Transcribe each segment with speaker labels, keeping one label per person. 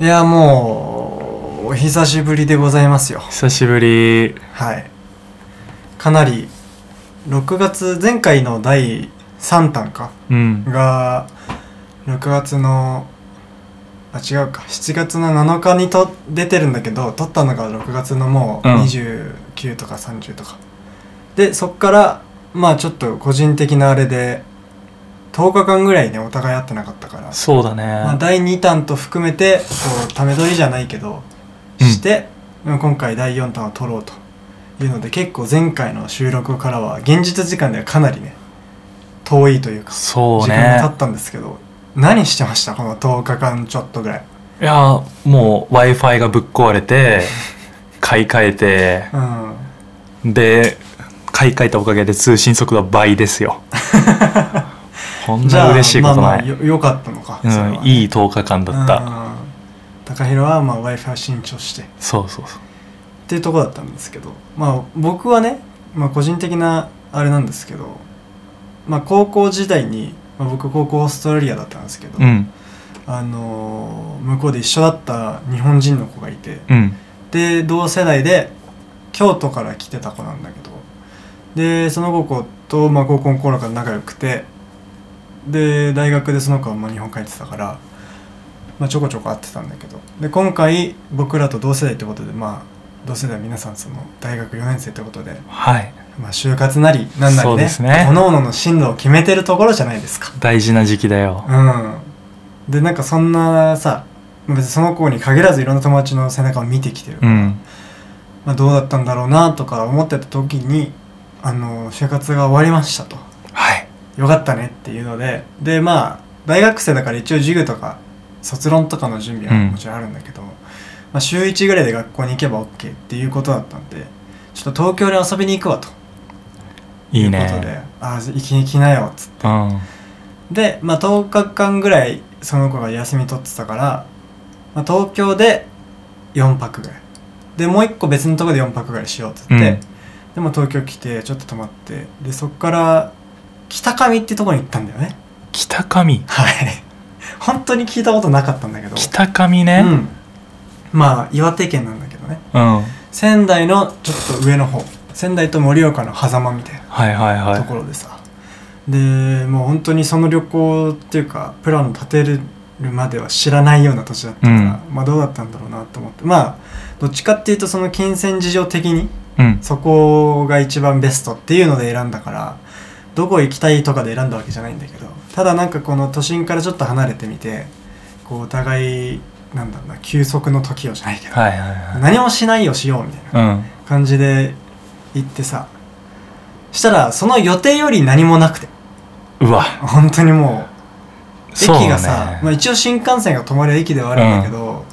Speaker 1: いやもうお久しぶりでございますよ
Speaker 2: 久しぶり
Speaker 1: はいかなり6月前回の第3弾か
Speaker 2: うん
Speaker 1: が6月のあ違うか7月の7日にと出てるんだけど撮ったのが6月のもう
Speaker 2: うん
Speaker 1: 29とか30とか、でそっからまあちょっと個人的なあれで10日間ぐらいねお互い会ってなかったから
Speaker 2: そうだね、
Speaker 1: まあ、第2弾と含めてこうため撮りじゃないけど
Speaker 2: うん
Speaker 1: して、うん今回第4弾を撮ろうというので結構前回の収録からは現実時間ではかなりね遠いというか
Speaker 2: そう
Speaker 1: 時間
Speaker 2: ね
Speaker 1: が経ったんですけど何してましたこの10日間ちょっとぐらい
Speaker 2: いやもう w i f i がぶっ壊 れて買い替えて
Speaker 1: うん
Speaker 2: で買い替えたおかげで通信速度は倍で すよこん
Speaker 1: じゃ
Speaker 2: な
Speaker 1: あ
Speaker 2: 嬉しいこと
Speaker 1: まあま
Speaker 2: な
Speaker 1: あ
Speaker 2: い、
Speaker 1: よよかったのか、それは
Speaker 2: う
Speaker 1: ね
Speaker 2: ん、いい10日間だった、
Speaker 1: うん高弘はまあ w i f i を新調して
Speaker 2: そうそうそう
Speaker 1: っていうとこだったんですけどまあ僕はね、まあ、個人的なあれなんですけど、まあ、高校時代に、まあ、僕高校オーストラリアだったんですけど、
Speaker 2: うん
Speaker 1: あのー向こうで一緒だった日本人の子がいて
Speaker 2: うん
Speaker 1: で同世代で京都から来てた子なんだけどでその子と、まあ、高校の頃から仲良くてで大学でその子はまあ日本帰ってたから、まあ、ちょこちょこ会ってたんだけどで今回僕らと同世代ってことでまあ同世代皆さんその大学4年生ってことで、
Speaker 2: はい
Speaker 1: まあ、就活なりなんな
Speaker 2: そ
Speaker 1: り
Speaker 2: う
Speaker 1: ね
Speaker 2: ですね
Speaker 1: 各々の進路を決めてるところじゃないですか。
Speaker 2: 大事な時期だよ
Speaker 1: うん、でなんかそんなさ別にその子に限らずいろんな友達の背中を見てきてる
Speaker 2: う、ん
Speaker 1: まあ、どうだったんだろうなとか思ってた時にあの就活が終わりましたと
Speaker 2: はい
Speaker 1: よかったねっていうのででまあ大学生だから一応授業とか卒論とかの準備は
Speaker 2: うん
Speaker 1: もちろんあるんだけど、まあ、週1ぐらいで学校に行けば OK っていうことだったんでちょっと東京に遊びに行くわと
Speaker 2: い
Speaker 1: い
Speaker 2: いう
Speaker 1: ことで
Speaker 2: ね
Speaker 1: 「ああ行きに来なよ」っつって
Speaker 2: うん
Speaker 1: で、まあ、10日間ぐらいその子が休み取ってたから、まあ、東京で4泊ぐらいでもう一個別のところで4泊ぐらいしようっつって、
Speaker 2: うん
Speaker 1: でも東京来てちょっと泊まってでそっから北上ってとこに行ったんだよね
Speaker 2: 北上
Speaker 1: はい 本当に聞いたことなかったんだけど
Speaker 2: 北上ね
Speaker 1: うんまあ岩手県なんだけどね
Speaker 2: うん、
Speaker 1: 仙台のちょっと上の方仙台と盛岡の狭間みたいな
Speaker 2: はいはいはい
Speaker 1: ところでさ、でもう本当にその旅行っていうかプランを立てるまでは知らないような年だったから、まあどうだったんだろうなと思ってまあどっちかっていうとその金銭事情的に
Speaker 2: うん
Speaker 1: そこが一番ベストっていうので選んだからどこ行きたいとかで選んだわけじゃないんだけどただなんかこの都心からちょっと離れてみてこうお互いなんだろうな休息の時をじゃないけど、
Speaker 2: はいはいはい
Speaker 1: 何もしないをしようみたいな
Speaker 2: うん
Speaker 1: 感じで行ってさしたらその予定より何もなくて
Speaker 2: うわ
Speaker 1: 本当にもう
Speaker 2: そうね
Speaker 1: 駅がさ、まあ、一応新幹線が止まる駅ではあるんだけど、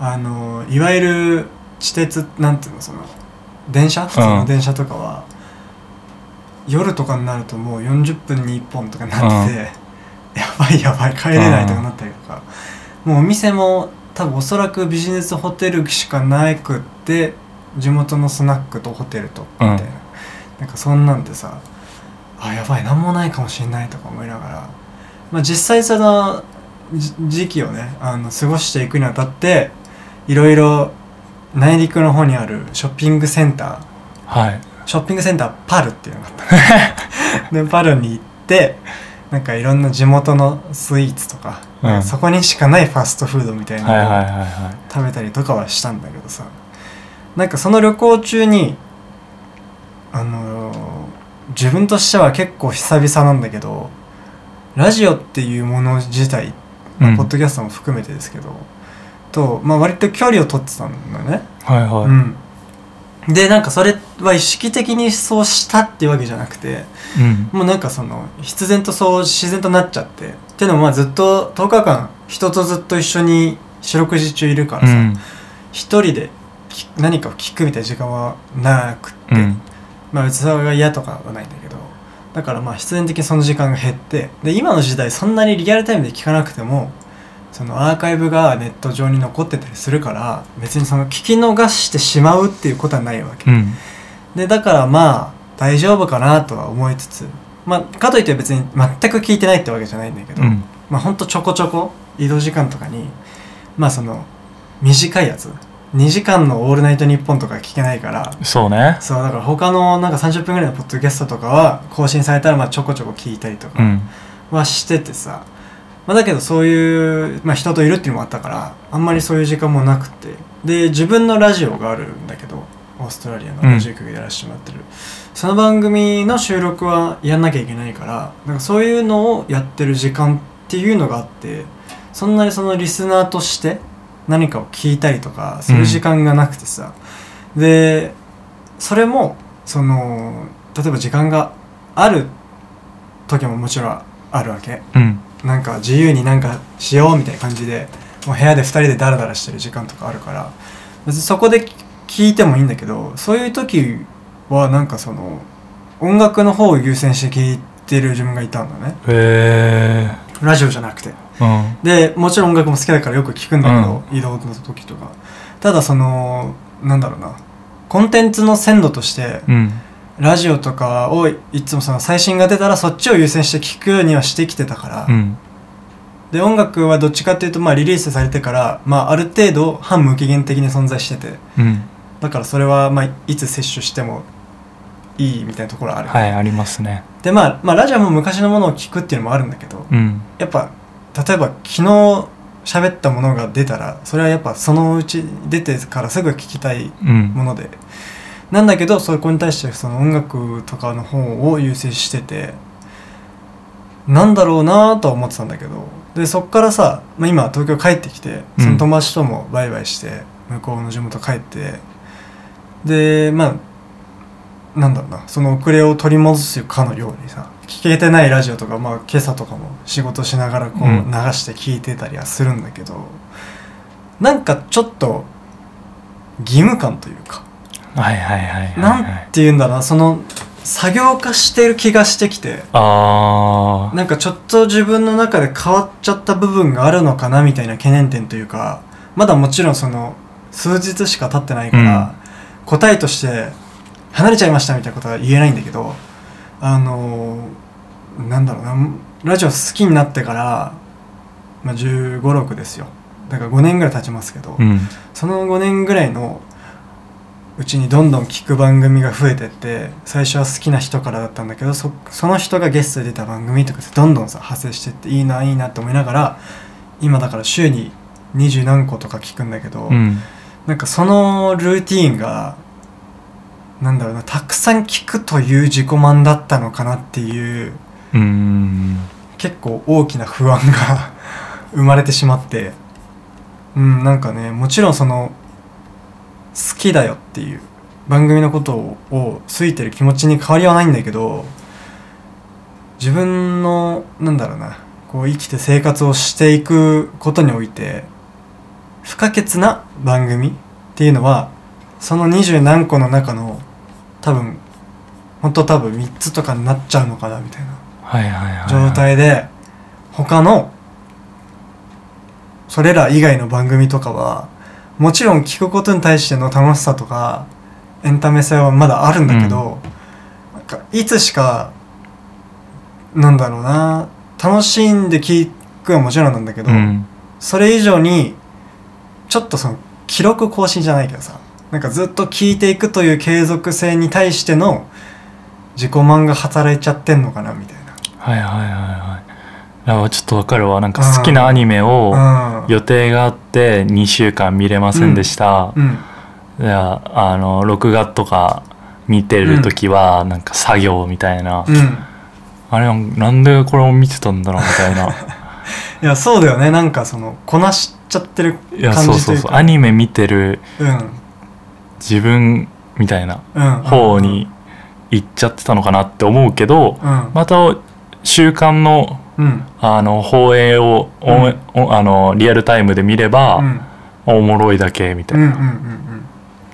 Speaker 1: あのいわゆる地鉄なんていうのその電車普通の電車とかは、夜とかになるともう40分に1本とかになってて、やばいやばい帰れないとかなったりとか、もうお店も多分おそらくビジネスホテルしかなくって地元のスナックとホテルとみたいな、
Speaker 2: うん
Speaker 1: なんかそんなんでさあやばい何もないかもしれないとか思いながら、まあ、実際そのじ時期をねあの過ごしていくにあたっていろいろ内陸の方にあるショッピングセンター
Speaker 2: はい
Speaker 1: ショッピングセンターパルっていうのがあった のでパルに行ってなんかいろんな地元のスイーツとか、
Speaker 2: うん
Speaker 1: そこにしかないファストフードみたい
Speaker 2: はいはい
Speaker 1: なのを
Speaker 2: はいはい
Speaker 1: 食べたりとかはしたんだけどさなんかその旅行中にあのー自分としては結構久々なんだけどラジオっていうもの自体、まあ
Speaker 2: うん
Speaker 1: ポッドキャストも含めてですけどと、まあ、割と距離を取ってたんだよね。
Speaker 2: はいはい、
Speaker 1: うん、でなんかそれは意識的にそうしたっていうわけじゃなくて
Speaker 2: うん
Speaker 1: もうなんかその必然とそう自然となっちゃってっていうのもまあずっと10日間人とずっと一緒に四六時中いるから
Speaker 2: う
Speaker 1: さ、
Speaker 2: ん
Speaker 1: 一人でき何かを聞くみたいな時間はなくって、
Speaker 2: うん
Speaker 1: まあ別にそれが嫌とかはないんだけどだからまあ必然的にその時間が減ってで今の時代そんなにリアルタイムで聞かなくてもそのアーカイブがネット上に残ってたりするから別にその聞き逃してしまうっていうことはないわけ、
Speaker 2: うん
Speaker 1: でだからまあ大丈夫かなとは思いつつまあかといって別に全く聞いてないってわけじゃないんだけど、
Speaker 2: うん
Speaker 1: まあほんとちょこちょこ移動時間とかにまあその短いやつ2時間の「オールナイトニッポン」とか聞けないから
Speaker 2: そうね
Speaker 1: そうだから他のなんか30分ぐらいのポッドキャストとかは更新されたらまあちょこちょこ聞いたりと
Speaker 2: う
Speaker 1: か
Speaker 2: ん
Speaker 1: はしててさ、まあ、だけどそういう、まあ、人といるっていうのもあったからあんまりそういう時間もなくてで自分のラジオがあるんだけどオーストラリアの
Speaker 2: うん
Speaker 1: ラジオ局でやらせてもらってる、その番組の収録はやんなきゃいけないからなんかそういうのをやってる時間っていうのがあってそんなにそのリスナーとして何かを聞いたりとかする時間がなくてさ、でそれもその例えば時間がある時ももちろんあるわけ
Speaker 2: うん
Speaker 1: なんか自由になんかしようみたいな感じでもう部屋で2人でダラダラしてる時間とかあるから別にそこで聞いてもいいんだけどそういう時はなんかその音楽の方を優先して聞いてる自分がいたんだね
Speaker 2: へえ
Speaker 1: ラジオじゃなくて
Speaker 2: うん
Speaker 1: でもちろん音楽も好きだからよく聞くんだけど、移動の時とかただそのなんだろうなコンテンツの鮮度として
Speaker 2: うん
Speaker 1: ラジオとかをいつもその最新が出たらそっちを優先して聞くにはしてきてたから、
Speaker 2: うん
Speaker 1: で音楽はどっちかっていうと、まあ、リリースされてから、まあ、ある程度反無期限的に存在してて
Speaker 2: うん
Speaker 1: だからそれは、まあ、いつ摂取してもいいみたいなところはある、
Speaker 2: はいありますね
Speaker 1: で、まあ、まあラジオも昔のものを聞くっていうのもあるんだけど
Speaker 2: うん
Speaker 1: やっぱ例えば昨日喋ったものが出たらそれはやっぱそのうち出てからすぐ聞きたい
Speaker 2: うん
Speaker 1: ものでなんだけどそこに対してその音楽とかの方を優先しててなんだろうなとは思ってたんだけどでそっからさ、まあ、今東京帰ってきて
Speaker 2: うん
Speaker 1: その友達ともバイバイして向こうの地元帰ってでまあなんだろうなその遅れを取り戻すかのようにさ聞けてないラジオとか、まあ、今朝とかも仕事しながらこう
Speaker 2: うん
Speaker 1: 流して聞いてたりはするんだけど、なんかちょっと義務感というか
Speaker 2: はいはいはいはい
Speaker 1: な
Speaker 2: は
Speaker 1: ん
Speaker 2: い
Speaker 1: て言うんだろうなその作業化してる気がしてきて
Speaker 2: あ
Speaker 1: なんかちょっと自分の中で変わっちゃった部分があるのかなみたいな懸念点というかまだもちろんその数日しか経ってないから、答えとして離れちゃいましたみたいなことは言えないんだけどあのーなんだろうなラジオ好きになってから、まあ、1 5 6ですよだから5年ぐらい経ちますけど、
Speaker 2: ーうん
Speaker 1: その5年ぐらいのうちにどんどん聞く番組が増えてって最初は好きな人からだったんだけどそその人がゲストで出た番組とかってどんどんさ派生してっていいないいなって思いながら今だから週に二十何個とか聞くんだけど、
Speaker 2: うん
Speaker 1: なんかそのルーティーンがなんだろうなたくさん聞くという自己満だったのかなっていう
Speaker 2: うん
Speaker 1: 結構大きな不安が 生まれてしまってうんなんかねもちろんその好きだよっていう番組のことをを好いてる気持ちに変わりはないんだけど自分のなんだろうなこう生きて生活をしていくことにおいて不可欠な番組っていうのはその二十何個の中の多分ほんと多分3つとかになっちゃうのかなみたいな
Speaker 2: はいはいはいはい
Speaker 1: 状態で他のそれら以外の番組とかはもちろん聞くことに対しての楽しさとかエンタメ性はまだあるんだけど、なんかいつしかなんだろうな楽しんで聞くはもちろんなんだけど、
Speaker 2: うん
Speaker 1: それ以上にちょっとその記録更新じゃないけどさなんかずっと聞いていくという継続性に対しての自己満が働いちゃってんのかなみたいな。
Speaker 2: はいはいはいはいあちょっとわかるわなんか好きなアニメを
Speaker 1: うん
Speaker 2: 予定があって2週間見れませんでした、
Speaker 1: うん、
Speaker 2: いやあの録画とか見てる時はなんか作業みたいな、
Speaker 1: うん、い
Speaker 2: あれなんでこれを見てたんだろうみたいな
Speaker 1: やそうだよねなんかそのこなしちゃってる
Speaker 2: いや
Speaker 1: 感じ
Speaker 2: そうそう
Speaker 1: という
Speaker 2: そう
Speaker 1: か
Speaker 2: アニメ見てる
Speaker 1: うん
Speaker 2: 自分みたいな
Speaker 1: うん
Speaker 2: 方に行っちゃってたのかなって思うけど
Speaker 1: うん
Speaker 2: また週間の
Speaker 1: うん
Speaker 2: あの放映を、おめおあのリアルタイムで見れば、
Speaker 1: うん
Speaker 2: おもろいだけみた
Speaker 1: う
Speaker 2: い
Speaker 1: ん
Speaker 2: な、
Speaker 1: うんうんうん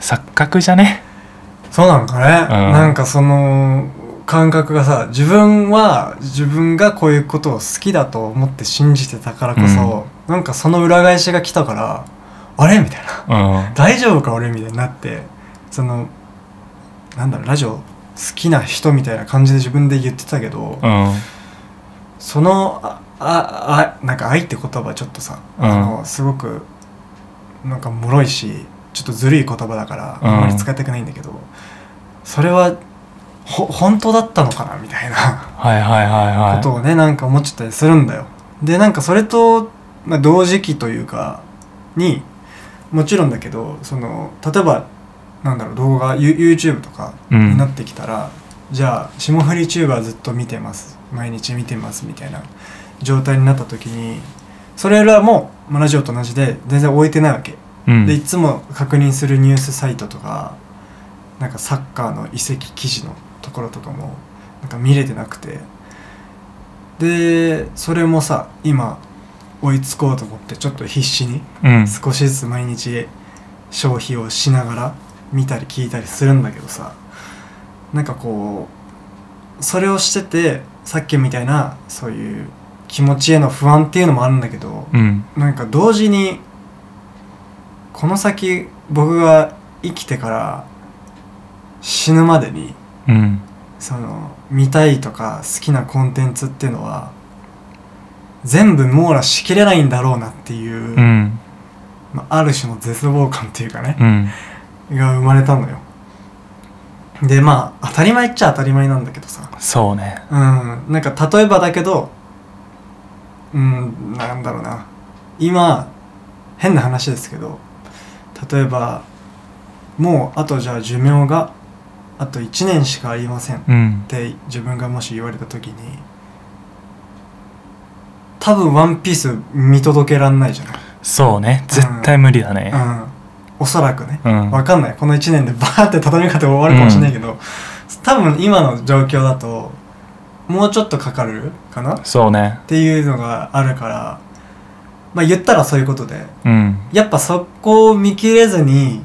Speaker 2: 錯覚じ ゃね
Speaker 1: そうなのかね、
Speaker 2: うん
Speaker 1: なんかその感覚がさ自分は自分がこういうことを好きだと思って信じてたからこそ、なんかその裏返しが来たからあれみたいな
Speaker 2: うん
Speaker 1: 大丈夫か俺みたいになってそのなんだろうラジオ好きな人みたいな感じで自分で言ってたけど、
Speaker 2: うん
Speaker 1: そのあああなんか愛って言葉ちょっとさ、
Speaker 2: うん
Speaker 1: あのすごくなんか脆いしちょっとずるい言葉だから
Speaker 2: うん
Speaker 1: あんまり使いたくないんだけど、それはほ本当だったのかなみたいな
Speaker 2: はいはいはいはい
Speaker 1: ことをねなんか思っちゃったりするんだよ。でなんかそれと、まあ、同時期というかにもちろんだけどその例えばなんだろう動画ユ YouTube とか
Speaker 2: うん
Speaker 1: になってきたら、じゃあ霜降りチューバーずっと見てます毎日見てますみたいな状態になった時にそれらもまあラジオと同じで全然置いてないわけ、
Speaker 2: うん
Speaker 1: でいつも確認するニュースサイトとかなんかサッカーの移籍記事のところとかもなんか見れてなくてでそれもさ今追いつこうと思ってちょっと必死に
Speaker 2: うん
Speaker 1: 少しずつ毎日消費をしながら見たり聞いたりするんだけどさなんかこうそれをしててさっきみたいなそういう気持ちへの不安っていうのもあるんだけど、
Speaker 2: うん
Speaker 1: なんか同時にこの先僕が生きてから死ぬまでに
Speaker 2: うん
Speaker 1: その見たいとか好きなコンテンツっていうのは全部網羅しきれないんだろうなっていう。
Speaker 2: うん
Speaker 1: まあ、ある種の絶望感っていうかね
Speaker 2: う、ん
Speaker 1: が生まれたのよでまあ当たり前っちゃ当たり前なんだけどさ
Speaker 2: そうね
Speaker 1: うんなんか例えばだけどうんなんだろうな今変な話ですけど例えばもうあとじゃあ寿命があと1年しかありませんっ
Speaker 2: うん
Speaker 1: て自分がもし言われた時に多分「ワンピース見届けらんないじゃない、
Speaker 2: そうね絶対無理だね
Speaker 1: うん、おそらくね
Speaker 2: うん
Speaker 1: わかんないこの1年で バーって畳み方終わるかもしれないけど、多分今の状況だともうちょっとかかるかなっ
Speaker 2: そうね
Speaker 1: ていうのがあるからまあ言ったらそういうことで
Speaker 2: うん
Speaker 1: やっぱそこを見切れずに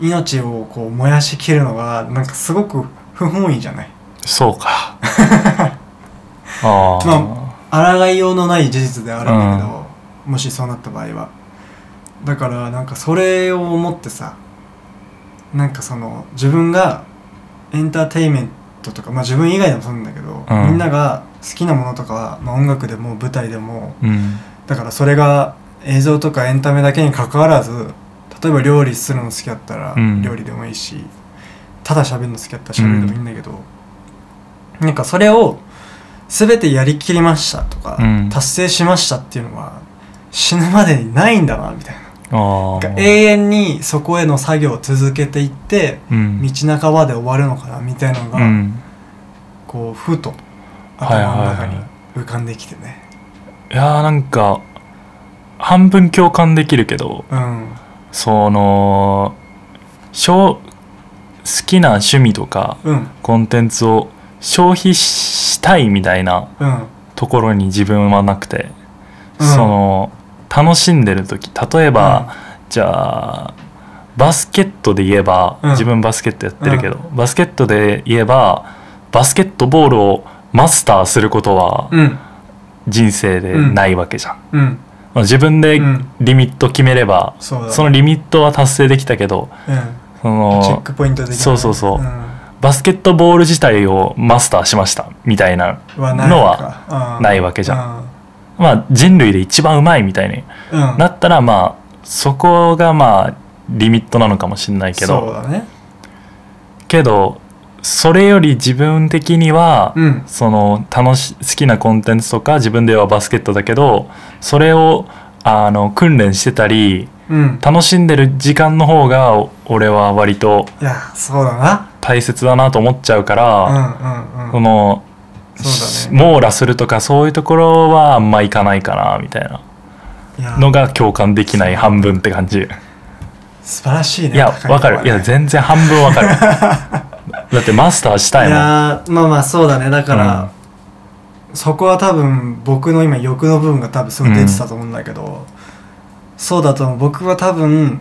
Speaker 1: 命をこう燃やしきるのがなんかすごく不本意じゃない
Speaker 2: そ うかああ、
Speaker 1: ま抗いようのない事実であるんだけど、もしそうなった場合はだからなんかそれを思ってさなんかその自分がエンターテインメントとかまあ自分以外でもそうなんだけど、
Speaker 2: うん
Speaker 1: みんなが好きなものとかは、まあ、音楽でも舞台でも
Speaker 2: うん
Speaker 1: だからそれが映像とかエンタメだけに関わらず例えば料理するの好きだったら
Speaker 2: うん
Speaker 1: 料理でもいいし、ただ喋るの好きだったら喋るでもいいんだけど、なんかそれを全てやりきりましたとか、
Speaker 2: うん
Speaker 1: 達成しましたっていうのは死ぬまでにないんだなみたいなな
Speaker 2: あ
Speaker 1: ん
Speaker 2: あ
Speaker 1: か永遠にそこへの作業を続けていって
Speaker 2: うん
Speaker 1: 道半ばで終わるのかなみたいなのが、
Speaker 2: うん
Speaker 1: こうふと頭の中
Speaker 2: はいはい
Speaker 1: に
Speaker 2: はい
Speaker 1: 浮かんできてね、
Speaker 2: いやーなんか半分共感できるけどその消好きな趣味とか
Speaker 1: うんうん
Speaker 2: コンテンツを消費したいみたいな
Speaker 1: うん
Speaker 2: ところに自分はなくて、
Speaker 1: うん
Speaker 2: その楽しんでる時例えば、じゃあバスケットで言えば、
Speaker 1: うん
Speaker 2: 自分バスケットやってるけど、バスケットで言えばバスケットボールをマスターすることは
Speaker 1: うん
Speaker 2: 人生でないわけじゃん、
Speaker 1: うん
Speaker 2: まあ自分で
Speaker 1: うん
Speaker 2: リミット決めれば、
Speaker 1: そうだね
Speaker 2: そのリミットは達成できたけど
Speaker 1: うん
Speaker 2: そ
Speaker 1: チェッ
Speaker 2: の
Speaker 1: クポイント的なね
Speaker 2: そうそうそうんバスケットボール自体をマスターしましたみたいな
Speaker 1: はない
Speaker 2: のは
Speaker 1: かうん
Speaker 2: ないわけじゃん、
Speaker 1: ん
Speaker 2: まあ、人類で一番うまいみたいに
Speaker 1: うん
Speaker 2: なったらまあそこがまあリミットなのかもしれないけ
Speaker 1: そう
Speaker 2: ど
Speaker 1: だね
Speaker 2: けどそれより自分的には、
Speaker 1: うん
Speaker 2: その楽し好きなコンテンツとか自分ではバスケットだけどそれをあの訓練してたり
Speaker 1: うん
Speaker 2: 楽しんでる時間の方がお俺は割と
Speaker 1: いやそうだな
Speaker 2: 大切だなと思っちゃうから、
Speaker 1: うんうんう
Speaker 2: そ
Speaker 1: ん
Speaker 2: の、
Speaker 1: そうだね
Speaker 2: 網羅するとかそういうところはあんまいかないかなみたいない
Speaker 1: や
Speaker 2: のが共感できない半分って感じ。
Speaker 1: 素晴らしいね
Speaker 2: いや、
Speaker 1: 高
Speaker 2: わか
Speaker 1: とこ
Speaker 2: る。い
Speaker 1: ろは
Speaker 2: や、
Speaker 1: ね
Speaker 2: 全然半分わかる。だってマスターしたい
Speaker 1: い
Speaker 2: もん。
Speaker 1: やーまあまあそうだねだから、そこは多分僕の今欲の部分が多分すごい出てたと思うんだけど、そうだと思う僕は多分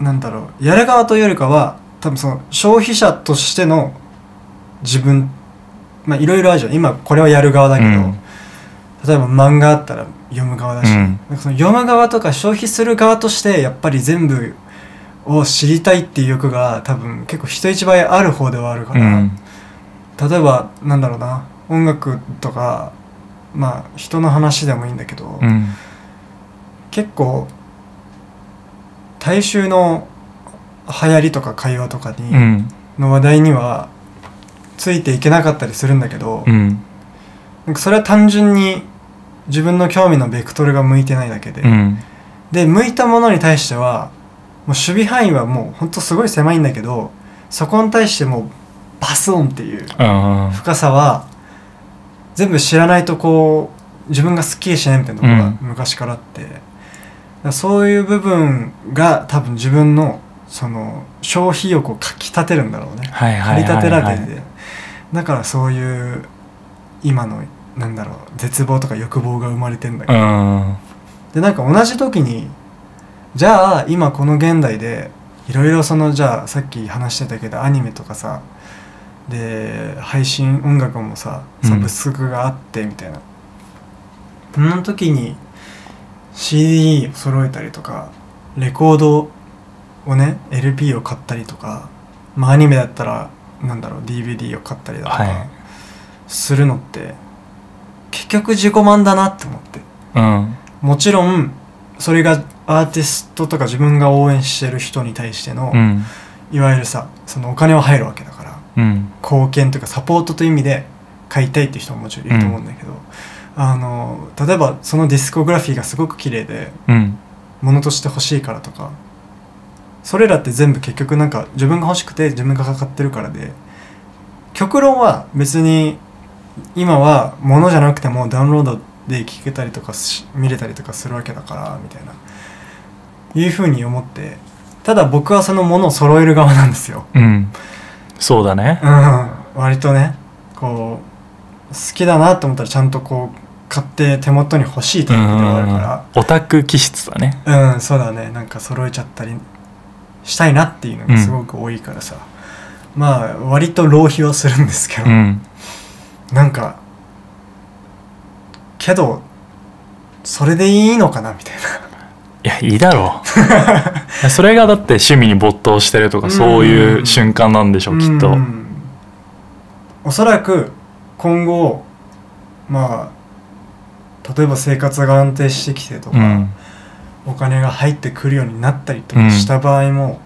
Speaker 1: なんだろうやる側というよりかは多分その消費者としての自分まあいろいろあるじゃん今これをやる側だけど、
Speaker 2: うん
Speaker 1: 例えば漫画あったら読む側だし、
Speaker 2: うん
Speaker 1: なんかその読む側とか消費する側としてやっぱり全部を知りたいっていう欲が多分結構人一倍ある方ではあるか
Speaker 2: う
Speaker 1: ら、
Speaker 2: ん。
Speaker 1: 例えばなんだろうな音楽とかまあ人の話でもいいんだけど、
Speaker 2: うん。
Speaker 1: 結構大衆の流行りとか会話とか
Speaker 2: う
Speaker 1: に
Speaker 2: ん
Speaker 1: の話題にはついていけなかったりするんだけど、
Speaker 2: うん
Speaker 1: なんかそれは単純に自分の興味のベクトルが向いてないだけで、
Speaker 2: うん
Speaker 1: で向いたものに対してはもう守備範囲はもうほんとすごい狭いんだけどそこに対してもうバスオンっていう
Speaker 2: あ
Speaker 1: 深さは全部知らないとこう自分がすっきりしないみたいなところが
Speaker 2: うん
Speaker 1: 昔からあって、だからそういう部分が多分自分のその消費欲をかき立てるんだろうね
Speaker 2: あは
Speaker 1: 駆
Speaker 2: いはい
Speaker 1: り立
Speaker 2: は
Speaker 1: て
Speaker 2: い
Speaker 1: ら
Speaker 2: は
Speaker 1: れて
Speaker 2: い
Speaker 1: てだからそういう今のなんだろう絶望とか欲望が生まれてんだけ
Speaker 2: う
Speaker 1: ど、
Speaker 2: ん
Speaker 1: でなんか同じ時にじゃあ今この現代でいろいろそのじゃあさっき話してたけどアニメとかさで配信音楽もさ
Speaker 2: うん
Speaker 1: サブスクがあってみたいな、その時に CD を揃えたりとかレコードをね LP を買ったりとか、まあ、アニメだったらなんだろう DVD を買ったりだとか、
Speaker 2: はい
Speaker 1: するのって結局自己満だなって思って。
Speaker 2: うん
Speaker 1: もちろんそれがアーティストとか自分が応援してる人に対しての、
Speaker 2: うん
Speaker 1: いわゆるさそのお金は入るわけだから
Speaker 2: うん
Speaker 1: 貢献というかサポートという意味で買いたいって人ももちろんいると思うんだけど、あの例えばそのディスコグラフィーがすごく綺麗で
Speaker 2: うん
Speaker 1: 物として欲しいからとかそれらって全部結局なんか自分が欲しくて自分がかかってるからで極論は別に今は物じゃなくてもダウンロードで聴けたりとかし見れたりとかするわけだからみたいないうふうに思ってただ僕はその物を揃える側なんですよ。
Speaker 2: うんそうだね
Speaker 1: うん、割とねこう好きだなと思ったらちゃんとこう買って手元に欲しいタイプではあるから。
Speaker 2: うんオタク気質だね
Speaker 1: うんそうだねなんか揃えちゃったりしたいなっていうのがすごく多いからさ、まあ割と浪費はするんですけど、
Speaker 2: うん
Speaker 1: なんかけどそれでいいのかなみたい
Speaker 2: いやいいだろうそれがだって趣味に没頭してるとかそういう瞬間なんでしょ
Speaker 1: な
Speaker 2: うきっと
Speaker 1: うんおそらく今後まあ例えば生活が安定してきてとか、
Speaker 2: うん
Speaker 1: お金が入ってくるようになったりとかした場合も、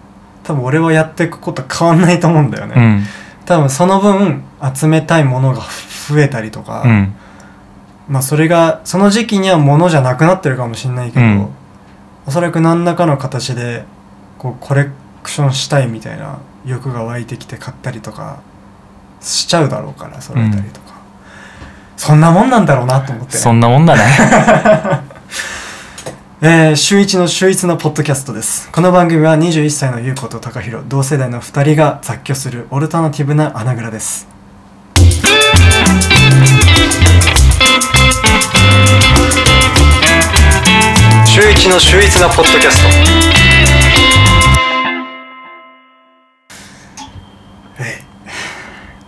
Speaker 1: 多分俺はやっていくことは変わんないと思うんだよね、
Speaker 2: うん
Speaker 1: 多分その分集めたいものが増えたりとか、
Speaker 2: うん
Speaker 1: まあそれがその時期にはものじゃなくなってるかもしれないけど、
Speaker 2: うん
Speaker 1: おそらく何らかの形でこうコレクションしたいみたいな欲が湧いてきて買ったりとかしちゃうだろうから揃えたりとか、そんなもんなんだろうなと思って、
Speaker 2: そんなもんだね
Speaker 1: えー、週一の週一のポッドキャストです。この番組は21歳の優子と高弘、同世代の2人が雑居するオルタナティブな穴蔵です。週一の週一なポッドキャスト。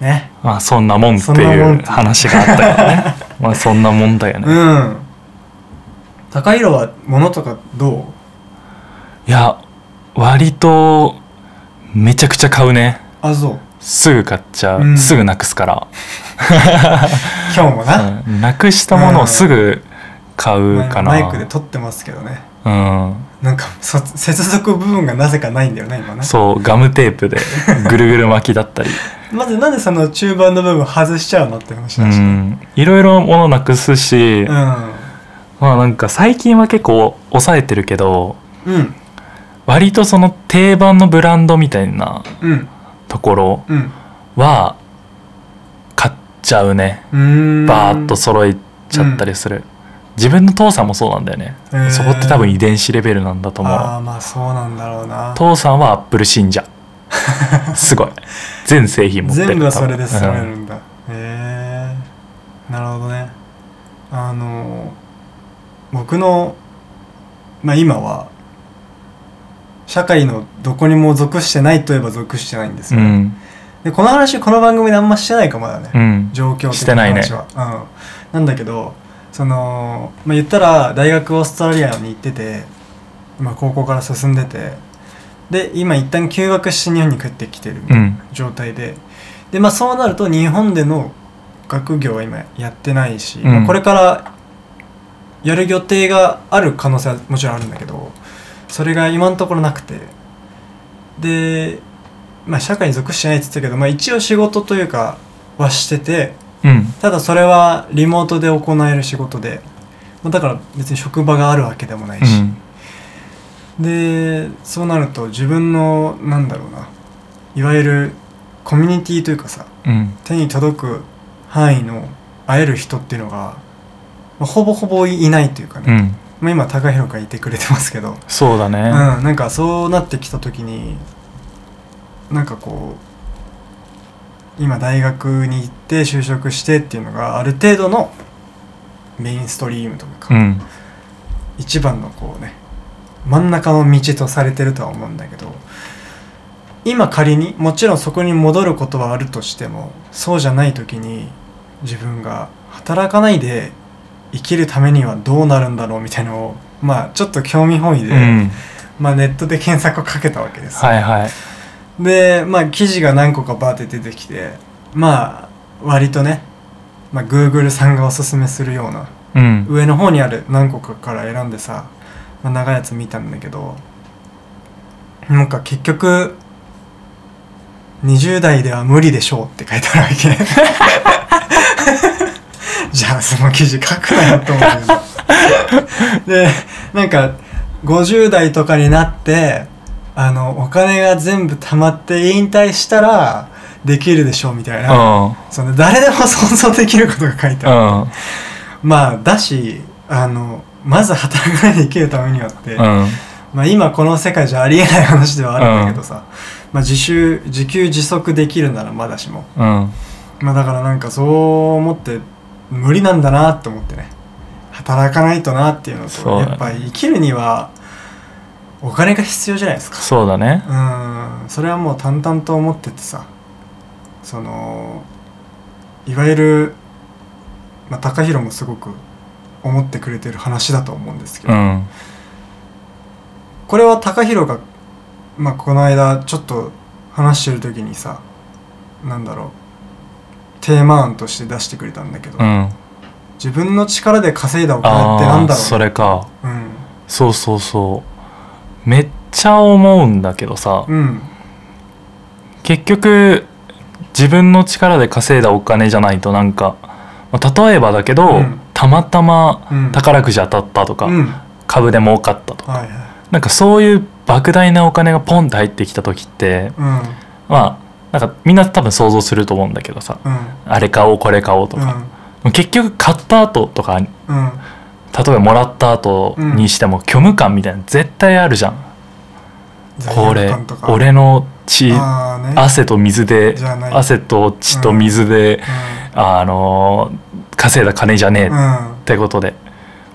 Speaker 1: ね。
Speaker 2: まあそんなもんって
Speaker 1: そんなも
Speaker 2: い
Speaker 1: んっ
Speaker 2: う
Speaker 1: て
Speaker 2: 話があったからねまあそんなもんだよね、
Speaker 1: うん。高弘は物とかどう
Speaker 2: いや割とめちゃくちゃ買うね
Speaker 1: あ、そう。
Speaker 2: すぐ買っちゃう、
Speaker 1: うん
Speaker 2: すぐなくすから、
Speaker 1: 今日もな。
Speaker 2: うんなくしたものをすぐ買うかな、
Speaker 1: マイマイクで撮ってますけどね
Speaker 2: う
Speaker 1: なんかそ接続部分がなぜかないんだよね今ね
Speaker 2: んそうガムテープで ぐるぐる巻きだったり、
Speaker 1: まずなんでその中盤の部分外しちゃうのって話
Speaker 2: う
Speaker 1: だし、うん、
Speaker 2: ん、いろいろものなくすし、まあなんか最近は結構抑えてるけど
Speaker 1: うん
Speaker 2: 割とその定番のブランドみたいな
Speaker 1: うん
Speaker 2: ところ
Speaker 1: うん
Speaker 2: は買っちゃうね
Speaker 1: うーん
Speaker 2: バーッと揃えちゃったりする、自分の父さんもそうなんだよね、
Speaker 1: へー
Speaker 2: そこって多分遺伝子レベルなんだと思
Speaker 1: ああ
Speaker 2: う
Speaker 1: まあそうなんだろうな
Speaker 2: 父さんはアップル 信者すごい全製品持ってる
Speaker 1: 全部はそれで
Speaker 2: 多分
Speaker 1: 揃え
Speaker 2: うん
Speaker 1: るんだ、へえなるほどねあの僕のまあ今は社会のどこにも属してないといえば属してないんですよ、でこの話この番組であんましてないかまだね、
Speaker 2: うん、うん、
Speaker 1: 状況
Speaker 2: し
Speaker 1: 的
Speaker 2: て
Speaker 1: な
Speaker 2: ないね
Speaker 1: 話はうん、なんだけどその、まあ、言ったら大学オーストラリアに行ってて、まあ、高校から進んでてで今一旦休学して日本に帰ってきてるみた
Speaker 2: う
Speaker 1: いなん状態でで、まあ、そうなると日本での学業は今やってないし、
Speaker 2: うん
Speaker 1: まあこれからやる予定がある可能性はもちろんあるんだけどそれが今のところなくてで、まあ、社会に属してないって言ってたけど、まあ、一応仕事というかはしてて
Speaker 2: うん
Speaker 1: ただそれはリモートで行える仕事で、まあ、だから別に職場があるわけでもないうし、
Speaker 2: ん
Speaker 1: でそうなると自分のなんだろうないわゆるコミュニティというかさ
Speaker 2: うん
Speaker 1: 手に届く範囲の会える人っていうのが、まあほぼほぼいないというかね、
Speaker 2: うん
Speaker 1: まあ、今高弘がいてくれてますけど、
Speaker 2: そうだ
Speaker 1: うん、
Speaker 2: ね
Speaker 1: なんかそうなってきた時になんかこう今大学に行って就職してっていうのがある程度のメインストリームというか、
Speaker 2: うん
Speaker 1: 一番のこうね真ん中の道とされてるとは思うんだけど今仮にもちろんそこに戻ることはあるとしてもそうじゃない時に自分が働かないで生きるためにはどうなるんだろうみたいのをまあちょっと興味本位で、
Speaker 2: うん
Speaker 1: まあ、ネットで検索をかけたわけです、
Speaker 2: はいはい
Speaker 1: でまあ記事が何個かバーって出てきてまあ割とね、まあ、Google さんがおすすめするような
Speaker 2: うん
Speaker 1: 上の方にある何個かから選んでさ、まあ長いやつ見たんだけどなんか結局20代では無理でしょうって書いてあるわけ じゃあその記事書くなよと思うんででなんか50代とかになってあのお金が全部貯まって引退したらできるでしょうみたいな、
Speaker 2: うん
Speaker 1: その誰でも想像できることが書いてある、
Speaker 2: うん
Speaker 1: まあだしあのまず働かないで生きるためにはって、
Speaker 2: うん
Speaker 1: まあ、今この世界じゃありえない話ではあるんだけどさ、まあ、自習自給自足できるならまだしも、
Speaker 2: うん
Speaker 1: まあ、だからなんかそう思って無理なんだなと思ってね働かないとなっていうのと
Speaker 2: そうだね
Speaker 1: やっぱ生きるにはお金が必要じゃないですか
Speaker 2: そうだね
Speaker 1: うんそれはもう淡々と思っててさそのいわゆる、まあ、高弘もすごく思ってくれてる話だと思うんですけ
Speaker 2: う
Speaker 1: ど、
Speaker 2: ん
Speaker 1: これは高弘が、まあ、この間ちょっと話してる時にさなんだろうテーマ案として出してくれたんだけど、
Speaker 2: うん
Speaker 1: 自分の力で稼いだお金ってな
Speaker 2: あ
Speaker 1: ん
Speaker 2: あ
Speaker 1: だろう
Speaker 2: それか
Speaker 1: うん
Speaker 2: そうそうそうめっちゃ思うんだけどさ
Speaker 1: うん
Speaker 2: 結局自分の力で稼いだお金じゃないとなんかまあ例えばだけど、
Speaker 1: うん
Speaker 2: たまたま
Speaker 1: うん
Speaker 2: 宝くじ当たったとか、
Speaker 1: うん
Speaker 2: 株で儲かったとか
Speaker 1: はいはい
Speaker 2: なんかそういう莫大なお金がポンって入ってきた時って
Speaker 1: うん
Speaker 2: まあなんかみんな多分想像すると思うんだけどさ
Speaker 1: うん
Speaker 2: あれ買おうこれ買おうとか、結局買った後とか例
Speaker 1: うんうん
Speaker 2: えばもらった後にしても虚無感みたいなの絶対あるじゃん、こ
Speaker 1: 罪
Speaker 2: れ
Speaker 1: 悪感とか
Speaker 2: 俺の血
Speaker 1: あーね
Speaker 2: 汗と水で
Speaker 1: じゃない
Speaker 2: 汗と血と水で、あのー稼いだ金じゃねえっ
Speaker 1: う
Speaker 2: てことで、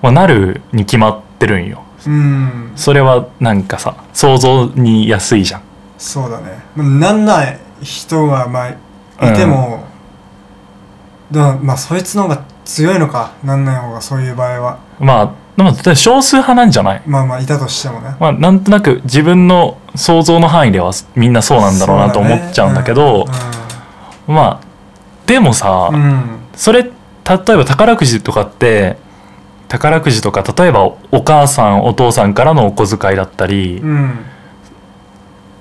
Speaker 2: まあ、なるに決まってるんよ
Speaker 1: ん、うん、
Speaker 2: それはなんかさ想像に安いじゃん
Speaker 1: そうだねまあなんない人はまあいても、だまあそいつの方が強いのかなんない方がそういう場合は
Speaker 2: まあでも例えば少数派なんじゃない、
Speaker 1: まあまあいたとしてもね
Speaker 2: まあ、なんとなく自分の想像の範囲ではみんなそうなんだろうなと
Speaker 1: そね
Speaker 2: 思っちゃうんだけどまあでもさ、
Speaker 1: うんうん
Speaker 2: それ例えば宝くじとかって宝くじとか例えばお母さんお父さんからのお小遣いだったり、
Speaker 1: うん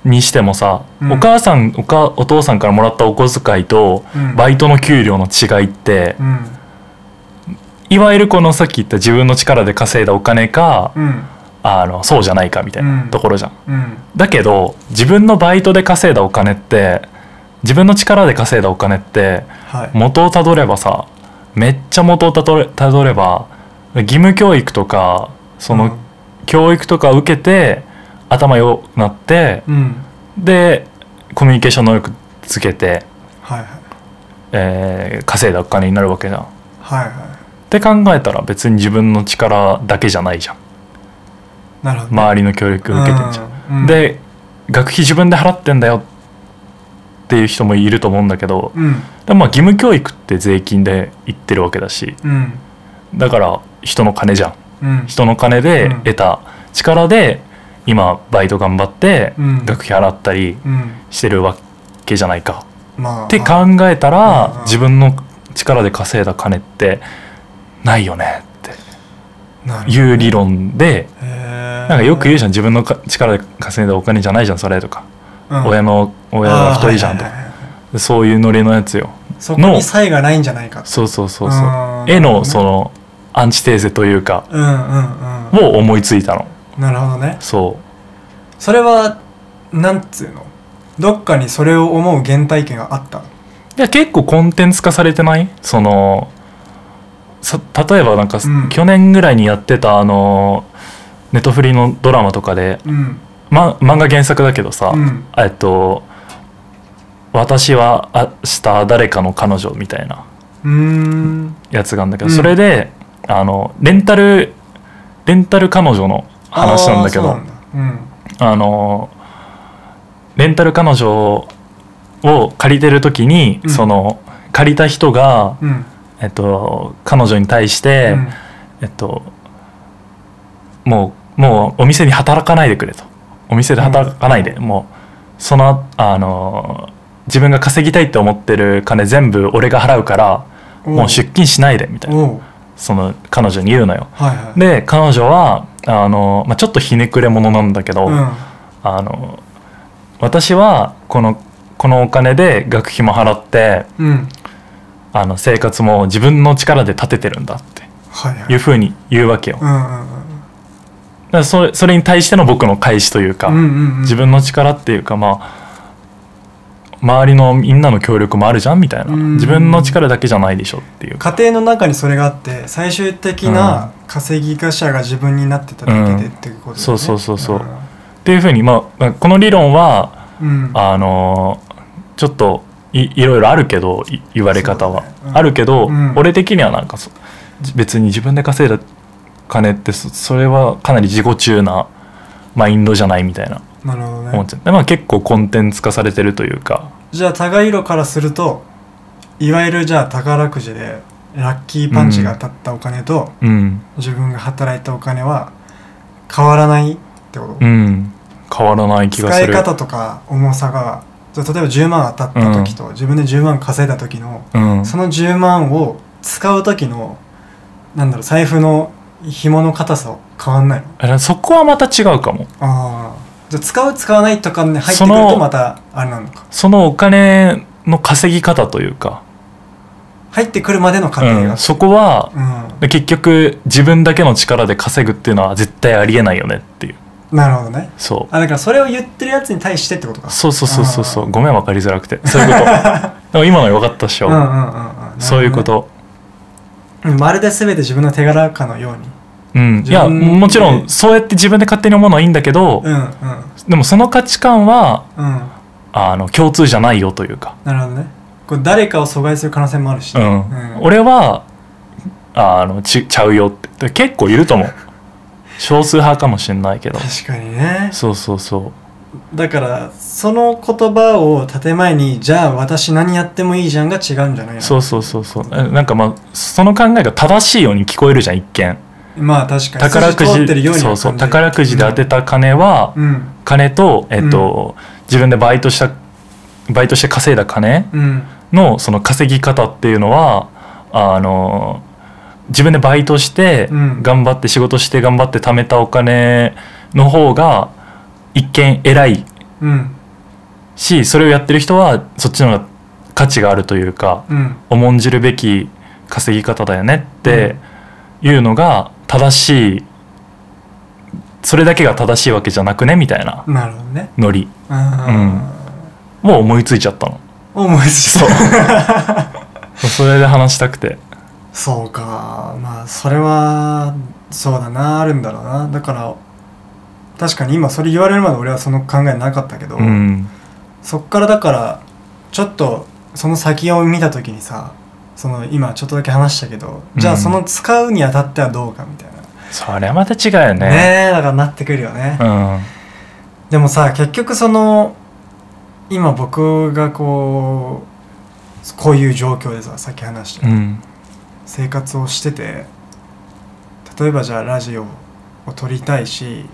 Speaker 2: にしてもさ、
Speaker 1: うん
Speaker 2: お母さんおかお父さんからもらったお小遣いと
Speaker 1: うん
Speaker 2: バイトの給料の違いって、
Speaker 1: うん
Speaker 2: いわゆるこのさっき言った自分の力で稼いだお金か、
Speaker 1: うん
Speaker 2: あのそうじゃないかみたいなところじゃん。
Speaker 1: うん
Speaker 2: だけど自分のバイトで稼いだお金って自分の力で稼いだお金って
Speaker 1: はい
Speaker 2: 元をたどればさめっちゃ元をたどれたどれば義務教育とかその教育とか受けて頭良くなって
Speaker 1: うん、うん、
Speaker 2: でコミュニケーション能力つけて、
Speaker 1: はいはい
Speaker 2: えー稼いだお金になるわけじゃん。っ
Speaker 1: はいは
Speaker 2: て考えたら別に自分の力だけじゃないじゃん
Speaker 1: いなるほど、
Speaker 2: 周りの教育受けてんじゃん。
Speaker 1: うん、うん、
Speaker 2: で学費自分で払ってんだよっていう人もいると思うんだけど
Speaker 1: うん
Speaker 2: でもまあ義務教育って税金で行ってるわけだし
Speaker 1: うん
Speaker 2: だから人の金じゃん。
Speaker 1: うん
Speaker 2: 人の金で
Speaker 1: うん
Speaker 2: 得た力で今バイト頑張って
Speaker 1: うん
Speaker 2: 学費払ったり
Speaker 1: うん
Speaker 2: してるわけじゃないか。
Speaker 1: まあ
Speaker 2: って考えた
Speaker 1: うんう
Speaker 2: ら
Speaker 1: ん
Speaker 2: 自分の力で稼いだ金ってないよねって
Speaker 1: なるほど
Speaker 2: いう理論で
Speaker 1: へえ
Speaker 2: なんかよく言うじゃん自分のか力で稼いだお金じゃないじゃんそれとか、親の親が太いじゃんとか、そういうノリのやつよ
Speaker 1: そこに差異がないんじゃないかと
Speaker 2: そうそうそう
Speaker 1: う
Speaker 2: そ
Speaker 1: ん
Speaker 2: う絵のそのアンチテーゼというか
Speaker 1: うんうんうん
Speaker 2: を思いついたの
Speaker 1: なるほどね
Speaker 2: そ
Speaker 1: それはなんつうのどっかにそれを思う原体験があったの
Speaker 2: ういや結構コンテンツ化されてないそのさ例えばなんか、
Speaker 1: うん
Speaker 2: 去年ぐらいにやってたあのネトフリのドラマとかで、
Speaker 1: うん
Speaker 2: ま、漫画原作だけどさ、
Speaker 1: うん
Speaker 2: えっと「私は明日誰かの彼女」みたいな
Speaker 1: うーん
Speaker 2: やつがあるんだけど、
Speaker 1: うん
Speaker 2: それであのレンタルレンタル彼女の話なんだけど
Speaker 1: あーそうなんだ
Speaker 2: あのレンタル彼女を借りてる時に、
Speaker 1: うん
Speaker 2: その借りた人が、
Speaker 1: うんうん
Speaker 2: えっと、彼女に対し
Speaker 1: う
Speaker 2: て、
Speaker 1: ん
Speaker 2: えっと、もうもうお店に働かないでくれとお店で働かないで、もうそのあの自分が稼ぎたいって思ってる金全部俺が払うからもう出勤しないでみたいな
Speaker 1: おう
Speaker 2: その彼女に言うのよ
Speaker 1: はいはい
Speaker 2: で彼女はあの、まあ、ちょっとひねくれ者なんだけど、
Speaker 1: うん
Speaker 2: あの私はこのこのお金で学費も払って
Speaker 1: うん
Speaker 2: あの生活も自分の力で立ててるんだって
Speaker 1: はいはい
Speaker 2: いうふうに言うわけよ、
Speaker 1: うんうん
Speaker 2: だからそれそれに対しての僕の返しというか、
Speaker 1: うんうんうんうん
Speaker 2: 自分の力っていうかまあ周りのみんなの協力もあるじゃんみたいな、
Speaker 1: うん
Speaker 2: 自分の力だけじゃないでしょっていうか
Speaker 1: 家庭の中にそれがあって最終的な稼ぎ者が自分になってただけでっていうことだよね
Speaker 2: そうそうそうそう
Speaker 1: うん
Speaker 2: っていうふうに、まあ、この理論は
Speaker 1: うん
Speaker 2: あのちょっといいろいろあるけどい言われ方は、
Speaker 1: そうだねうん
Speaker 2: あるけど、
Speaker 1: うん
Speaker 2: 俺的にはなんかそじ別に自分で稼いだ金ってそそれはかなり自己中なマインドじゃないみたいな
Speaker 1: なるほど
Speaker 2: 思
Speaker 1: ね
Speaker 2: っちゃう、でまあ、結構コンテンツ化されてるというか
Speaker 1: じゃあ高色からするといわゆるじゃあ宝くじでラッキーパンチが当たったお金と、
Speaker 2: うん
Speaker 1: 自分が働いたお金は変わらないってこと、
Speaker 2: うん変わらない気が
Speaker 1: 使
Speaker 2: す
Speaker 1: い
Speaker 2: る
Speaker 1: 方とか重さがじゃあ例えば10万当たった時と、自分で10万稼いだ時の
Speaker 2: うん
Speaker 1: その10万を使う時のなんだろう財布の紐の硬さは変わんないの
Speaker 2: あそこはまた違うかも
Speaker 1: ああじゃあ使う使わないとかに入ってくる
Speaker 2: そ
Speaker 1: と
Speaker 2: の
Speaker 1: またあれなのか
Speaker 2: そのお金の稼ぎ方というか、
Speaker 1: 入ってくるまでの過程
Speaker 2: う
Speaker 1: が
Speaker 2: ん、そこは
Speaker 1: うん、
Speaker 2: 結局自分だけの力で稼ぐっていうのは絶対ありえないよねっていう
Speaker 1: なるほどね
Speaker 2: そ
Speaker 1: あだからそれを言ってるやつに対してってことか
Speaker 2: うそうそうそうそうそ
Speaker 1: あ
Speaker 2: うごめん分かりづらくてそういうこと でも今のよかったっしょ、
Speaker 1: うんうんうんうんなるほどね
Speaker 2: そういうこと
Speaker 1: うんまるで全て自分の手柄かのように
Speaker 2: うんいや
Speaker 1: 自分で
Speaker 2: もちろんそうやって自分で勝手に思うのはいいんだけど、
Speaker 1: うんうんうん
Speaker 2: でもその価値観は
Speaker 1: な
Speaker 2: あの共通じゃないよというか
Speaker 1: るほどねこれ誰かを阻害する可能性もあるし、
Speaker 2: う
Speaker 1: ね
Speaker 2: ん俺はあのちちゃうよって結構いると思う少数派かもしれないけど
Speaker 1: 確かにね
Speaker 2: そうそうそ
Speaker 1: だからその言葉を建前にじゃあ私何やってもいいじゃんが違うんじゃないうの
Speaker 2: そうそうそうそうえなんかまあその考えが正しいように聞こえるじゃん一見
Speaker 1: まあ確かに
Speaker 2: 宝く
Speaker 1: 筋通ってる
Speaker 2: じ
Speaker 1: ようには
Speaker 2: そうそう
Speaker 1: 感じる
Speaker 2: 宝くじで当てた金は、
Speaker 1: うん
Speaker 2: 金と、えっと自分でバイトしたバイトして稼いだ金
Speaker 1: うん
Speaker 2: のその稼ぎ方っていうのはあの自分でバイトして
Speaker 1: うん
Speaker 2: 頑張って仕事して頑張って貯めたお金の方が一見偉い
Speaker 1: うん
Speaker 2: しそれをやってる人はそっちの方が価値があるというか
Speaker 1: うん
Speaker 2: 重んじるべき稼ぎ方だよねっていうのが正しいそれだけが正しいわけじゃなくねみたいな
Speaker 1: なるほどね
Speaker 2: ノリ
Speaker 1: あ
Speaker 2: もう思いついちゃったの
Speaker 1: ー思いついた
Speaker 2: それで話したくて
Speaker 1: そうかまあそれはそうだなあるんだろうなだから確かに今それ言われるまで俺はその考えなかったけど、
Speaker 2: うん
Speaker 1: そっからだからちょっとその先を見た時にさその今ちょっとだけ話したけど、じゃあ
Speaker 2: うん
Speaker 1: その使うにあたってはどうかみたいな
Speaker 2: それはまた違うよね
Speaker 1: ねえだからなってくるよね、
Speaker 2: うん
Speaker 1: でもさ結局その今僕がこうこういう状況でささっき話した
Speaker 2: うん
Speaker 1: 生活をしてて例えばじゃあラジオを撮りたいし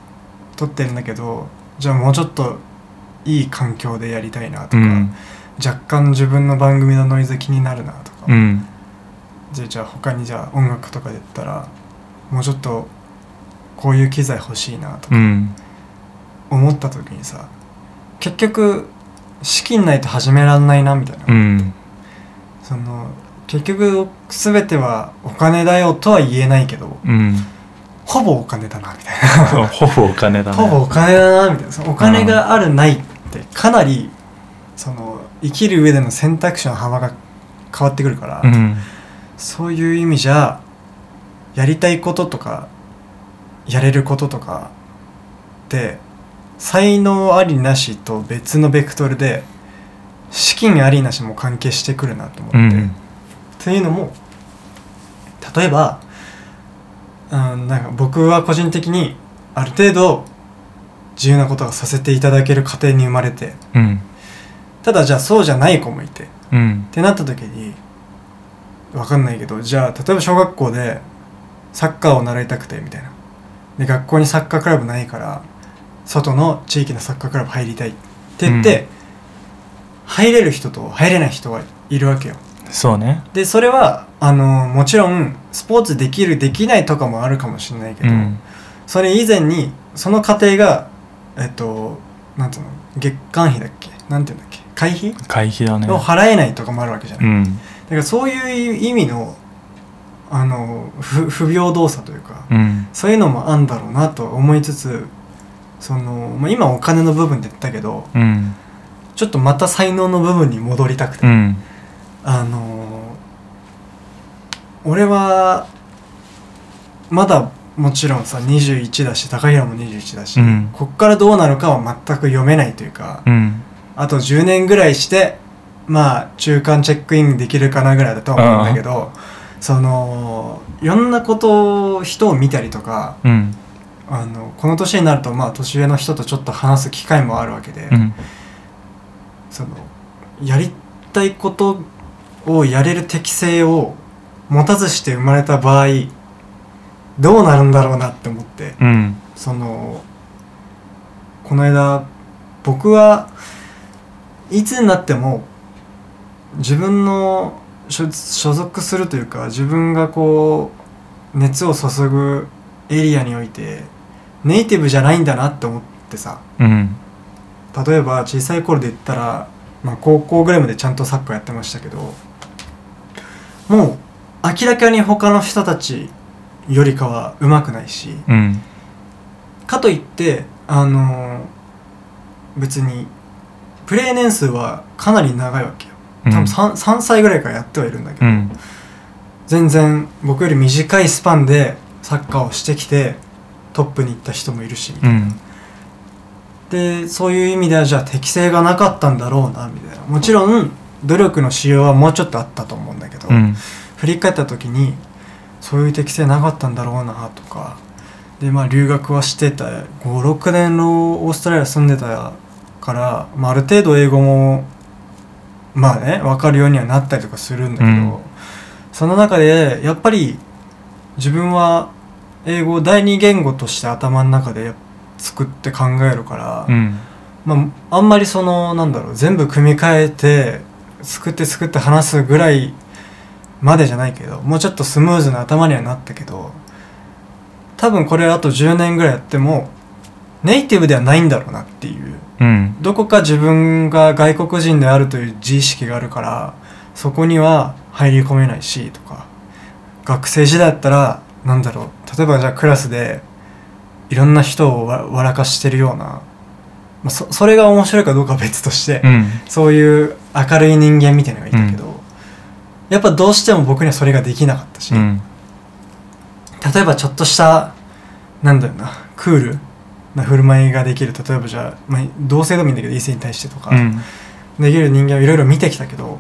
Speaker 1: 撮ってるんだけどじゃあもうちょっといい環境でやりたいなと
Speaker 2: う
Speaker 1: か、
Speaker 2: ん
Speaker 1: 若干自分の番組のノイズ気になるなとか、
Speaker 2: うん
Speaker 1: でじゃあ他にじゃあ音楽とかで言ったらもうちょっとこういう機材欲しいなとか
Speaker 2: うん
Speaker 1: 思った時にさ結局資金ないと始めらんないなみたいな、
Speaker 2: うん
Speaker 1: その結局全てはお金だよとは言えないけど
Speaker 2: うん
Speaker 1: ほぼお金だなみたい
Speaker 2: そうほぼお金だ
Speaker 1: な
Speaker 2: ね
Speaker 1: ほぼお金だなみたいなそのお金があるないってかなりその生きる上での選択肢の幅が変わってくるから、
Speaker 2: うん
Speaker 1: そういう意味じゃやりたいこととかやれることとかって才能ありなしと別のベクトルで資金ありなしも関係してくるなと思って、
Speaker 2: う
Speaker 1: っ
Speaker 2: ん
Speaker 1: ていうのも例えば、うん、なんか僕は個人的にある程度自由なことがさせていただける家庭に生まれて
Speaker 2: うん
Speaker 1: ただじゃあそうじゃない子もいて
Speaker 2: うん
Speaker 1: ってなった時にわかんないけどじゃあ例えば小学校でサッカーを習いたくてみたいなで学校にサッカークラブないから外の地域のサッカークラブ入りたいって言って、
Speaker 2: う
Speaker 1: 入れる人と入れない人がいるわけよ
Speaker 2: そうね
Speaker 1: でそれはあのもちろんスポーツできるできないとかもあるかもしれないけ
Speaker 2: う
Speaker 1: ど、
Speaker 2: ん
Speaker 1: それ以前にその過程がえっとなんつうの月間費だっけなんていうんだっけ会費
Speaker 2: 会費だね
Speaker 1: を払えないとかもあるわけじゃない、
Speaker 2: うん
Speaker 1: だからそういう意味のあの不不平等さというか、
Speaker 2: うん
Speaker 1: そういうのもあんだろうなと思いつつその、まあ、今お金の部分で言ったけど
Speaker 2: うん
Speaker 1: ちょっとまた才能の部分に戻りたくて、
Speaker 2: うん
Speaker 1: あの俺はまだもちろんさ21だし高平も21だし、
Speaker 2: うん
Speaker 1: こっからどうなるかは全く読めないというか、
Speaker 2: うん
Speaker 1: あと10年ぐらいしてまあ中間チェックインできるかなぐらいだとは思うんだけどそのいろんなことを人を見たりとか
Speaker 2: うん
Speaker 1: あのこの年になるとまあ年上の人とちょっと話す機会もあるわけで、
Speaker 2: うん
Speaker 1: そのやりたいことをやれる適性を持たずして生まれた場合どうなるんだろうなって思って。
Speaker 2: うん
Speaker 1: そのこの間僕はいつになっても自分の所所属するというか自分がこう熱を注ぐエリアにおいてネイティブじゃないんだなって思ってさ
Speaker 2: うん
Speaker 1: 例えば小さい頃で言ったら、まあ、高校ぐらいまでちゃんとサッカーやってましたけどもう明らかに他の人たちよりかは上手くないし、
Speaker 2: うん
Speaker 1: かといってあの別にプレイ年数はかなり長いわけよ多分 3,、3歳ぐらいからやってはいるんだけ
Speaker 2: う
Speaker 1: ど、
Speaker 2: ん
Speaker 1: 全然僕より短いスパンでサッカーをしてきてトップに行った人もいるし、
Speaker 2: うん
Speaker 1: でそういう意味ではじゃあ適性がなかったんだろうなみたいなもちろん努力のしようはもうちょっとあったと思うんだけど、
Speaker 2: うん
Speaker 1: 振り返った時にそういう適性なかったんだろうなとかでまあ留学はしてた56年のオーストラリア住んでたから、まあ、ある程度英語もまあね分かるようにはなったりとかするんだけど、
Speaker 2: うん
Speaker 1: その中でやっぱり自分は英語を第二言語として頭の中で作って考えるから、
Speaker 2: うん
Speaker 1: まあ、あんまりそのなんだろう全部組み替えて作って作って話すぐらいまでじゃないけどもうちょっとスムーズな頭にはなったけど多分これあと10年ぐらいやってもネイティブではないんだろうなっていう
Speaker 2: うん
Speaker 1: どこか自分が外国人であるという自意識があるからそこには入り込めないしとか学生時代だったらなんだろう例えばじゃあクラスでいろんな人をわ笑かしてるような、まあ、そそれが面白いかどうかは別として、
Speaker 2: うん
Speaker 1: そういう明るい人間みたいなのがいたけど、やっぱどうしても僕にはそれができなかったし、
Speaker 2: うん
Speaker 1: 例えばちょっとしたなんだろうなクールな振る舞いができる例えばじゃあ、まあ、同性でもいいんだけど異性に対してとか、
Speaker 2: うん
Speaker 1: できる人間をいろいろ見てきたけど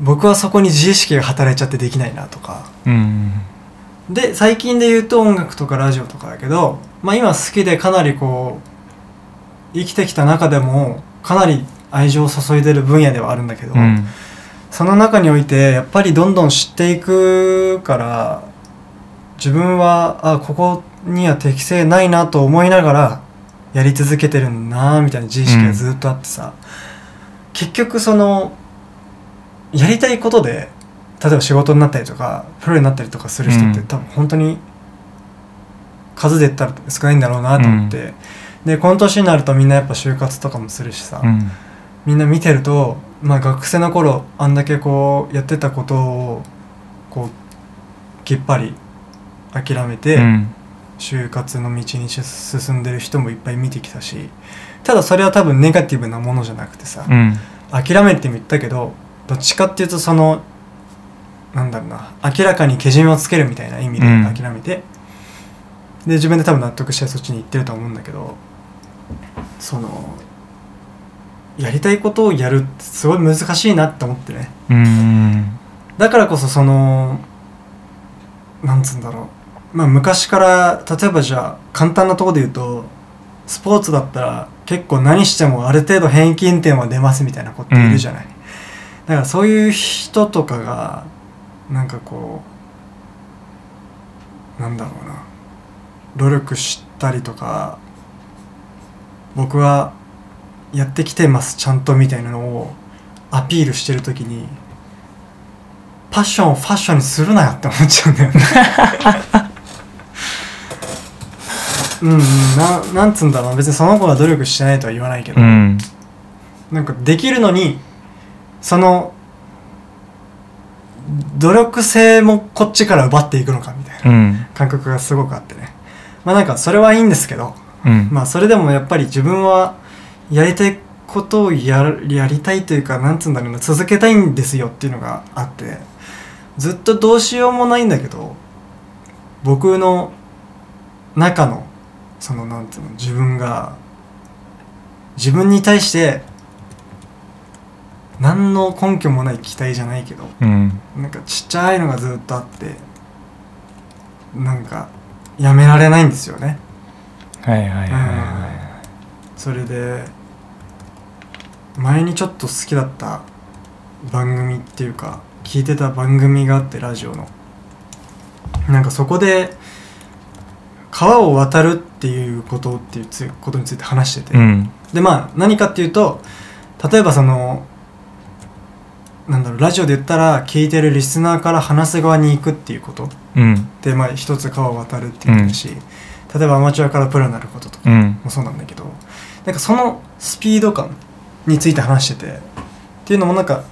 Speaker 1: 僕はそこに自意識が働いちゃってできないなとか
Speaker 2: うん
Speaker 1: で最近で言うと音楽とかラジオとかだけど、まあ、今好きでかなりこう生きてきた中でもかなり愛情を注いでる分野ではあるんだけど、
Speaker 2: うん
Speaker 1: その中においてやっぱりどんどん知っていくから自分はあここには適性ないなと思いながらやり続けてるんだなみたいな自意識がずっとあってさ、結局そのやりたいことで例えば仕事になったりとかプロになったりとかする人って、
Speaker 2: うん
Speaker 1: 多分本当に数で言ったら少ないんだろうなと思って、でこの年になるとみんなやっぱ就活とかもするしさ、
Speaker 2: うん
Speaker 1: みんな見てると、まあ、学生の頃あんだけこうやってたことをこうきっぱり諦めて、
Speaker 2: うん
Speaker 1: 就活の道に進んでる人もいっぱい見てきたしただそれは多分ネガティブなものじゃなくてさ、
Speaker 2: うん
Speaker 1: 諦めても言ったけどどっちかっていうとそのなんだろうな明らかにけじめをつけるみたいな意味で
Speaker 2: うん
Speaker 1: 諦めて、で自分で多分納得してそっちに行ってると思うんだけどそのやりたいことをやるってすごい難しいなって思ってね
Speaker 2: うん
Speaker 1: だからこそそのなんつうんだろうまあ昔から例えばじゃあ簡単なところで言うとスポーツだったら結構何してもある程度平均点は出ますみたいな子っているじゃない、だからそういう人とかがなんかこうなんだろうな努力したりとか僕はやってきてますちゃんとみたいなのをアピールしてる時にパッションをファッションにするなよって思っちゃうん だよねうんうんななんつうんだろう別にその子が努力してないとは言わないけど、
Speaker 2: うん
Speaker 1: なんかできるのにその努力性もこっちから奪っていくのかみたいな
Speaker 2: うん
Speaker 1: 感覚がすごくあってねまあなんかそれはいいんですけど
Speaker 2: うん
Speaker 1: まあそれでもやっぱり自分はやりたいことをやるやりたいというかなんつうんだろうな続けたいんですよっていうのがあってずっとどうしようもないんだけど僕の中のそのなんつうの自分が自分に対して何の根拠もない期待じゃないけど
Speaker 2: うん
Speaker 1: なんかちっちゃいのがずっとあってなんかやめられないんですよね
Speaker 2: はいはいはいは
Speaker 1: それで前にちょっと好きだった番組っていうか聞いてた番組があってラジオのなんかそこで川を渡るっていうことっていうつことについて話してて、
Speaker 2: いうん
Speaker 1: でまあ何かっていうと例えばそのなんだろうラジオで言ったら聞いてるリスナーから話す側に行くっていうこと
Speaker 2: うん
Speaker 1: でまあ一つ川を渡るっていうことだし、例えばアマチュアからプロになることとか
Speaker 2: うん
Speaker 1: もそうなんだけどなんかそのスピード感について話しててっていうのもなんか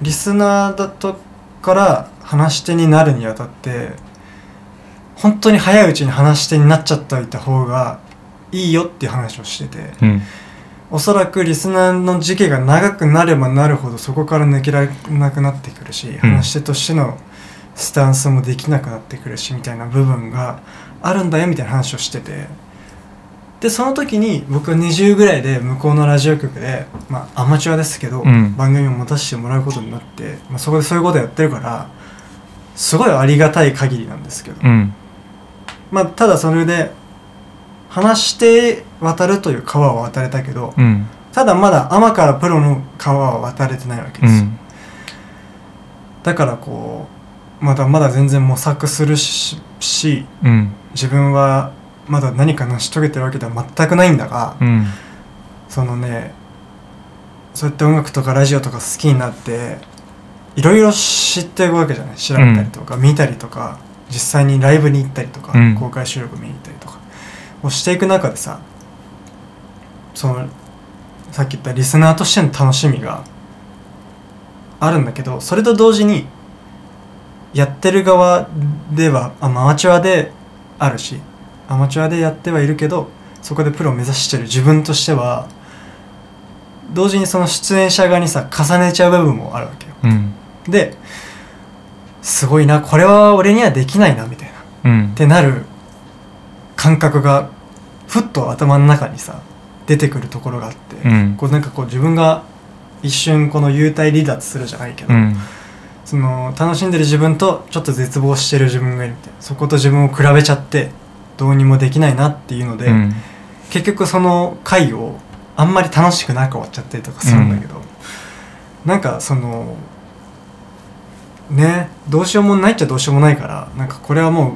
Speaker 1: リスナーだとから話し手になるにあたって本当に早いうちに話し手になっちゃっておいた方がいいよっていう話をしてて
Speaker 2: うん
Speaker 1: おそらくリスナーの時期が長くなればなるほどそこから抜けられなくなってくるし話し手としてのスタンスもできなくなってくるしみたいな部分があるんだよみたいな話をしててでその時に僕は20ぐらいで向こうのラジオ局で、まあ、アマチュアですけど、
Speaker 2: うん
Speaker 1: 番組を持たせてもらうことになって、まあ、そこでそういうことやってるからすごいありがたい限りなんですけど、
Speaker 2: うん
Speaker 1: まあ、ただそれで話して渡るという川を渡れたけど、
Speaker 2: うん
Speaker 1: ただまだアマからプロの川は渡れてないわけ
Speaker 2: う
Speaker 1: ですよ、
Speaker 2: ん
Speaker 1: だからこうまだまだ全然模索するしし
Speaker 2: うん
Speaker 1: 自分はまだ何か成し遂げてるわけでは全くないんだが、
Speaker 2: うん
Speaker 1: そのねそうやって音楽とかラジオとか好きになっていろいろ知っていくわけじゃない調べたりとか、見たりとか実際にライブに行ったりとか、
Speaker 2: うん
Speaker 1: 公開収録見に行ったりとかをしていく中でさそのさっき言ったリスナーとしての楽しみがあるんだけどそれと同時にやってる側ではあまあアマチュアであるしアマチュアでやってはいるけどそこでプロを目指してる自分としては同時にその出演者側にさ重ねちゃう部分もあるわけよ
Speaker 2: うん
Speaker 1: ですごいなこれは俺にはできないなみたいなっ
Speaker 2: うん
Speaker 1: てなる感覚がふっと頭の中にさ出てくるところがあって、
Speaker 2: うん
Speaker 1: こうなんかこう自分が一瞬この幽体離脱するじゃないけど、
Speaker 2: うん
Speaker 1: その楽しんでる自分とちょっと絶望してる自分がいるみたいなそこと自分を比べちゃってどうにもできないなっていうので、
Speaker 2: うん
Speaker 1: 結局その回をあんまり楽しくなく終わっちゃったりとかするんだけど、なんかそのねどうしようもないっちゃどうしようもないからなんかこれはもう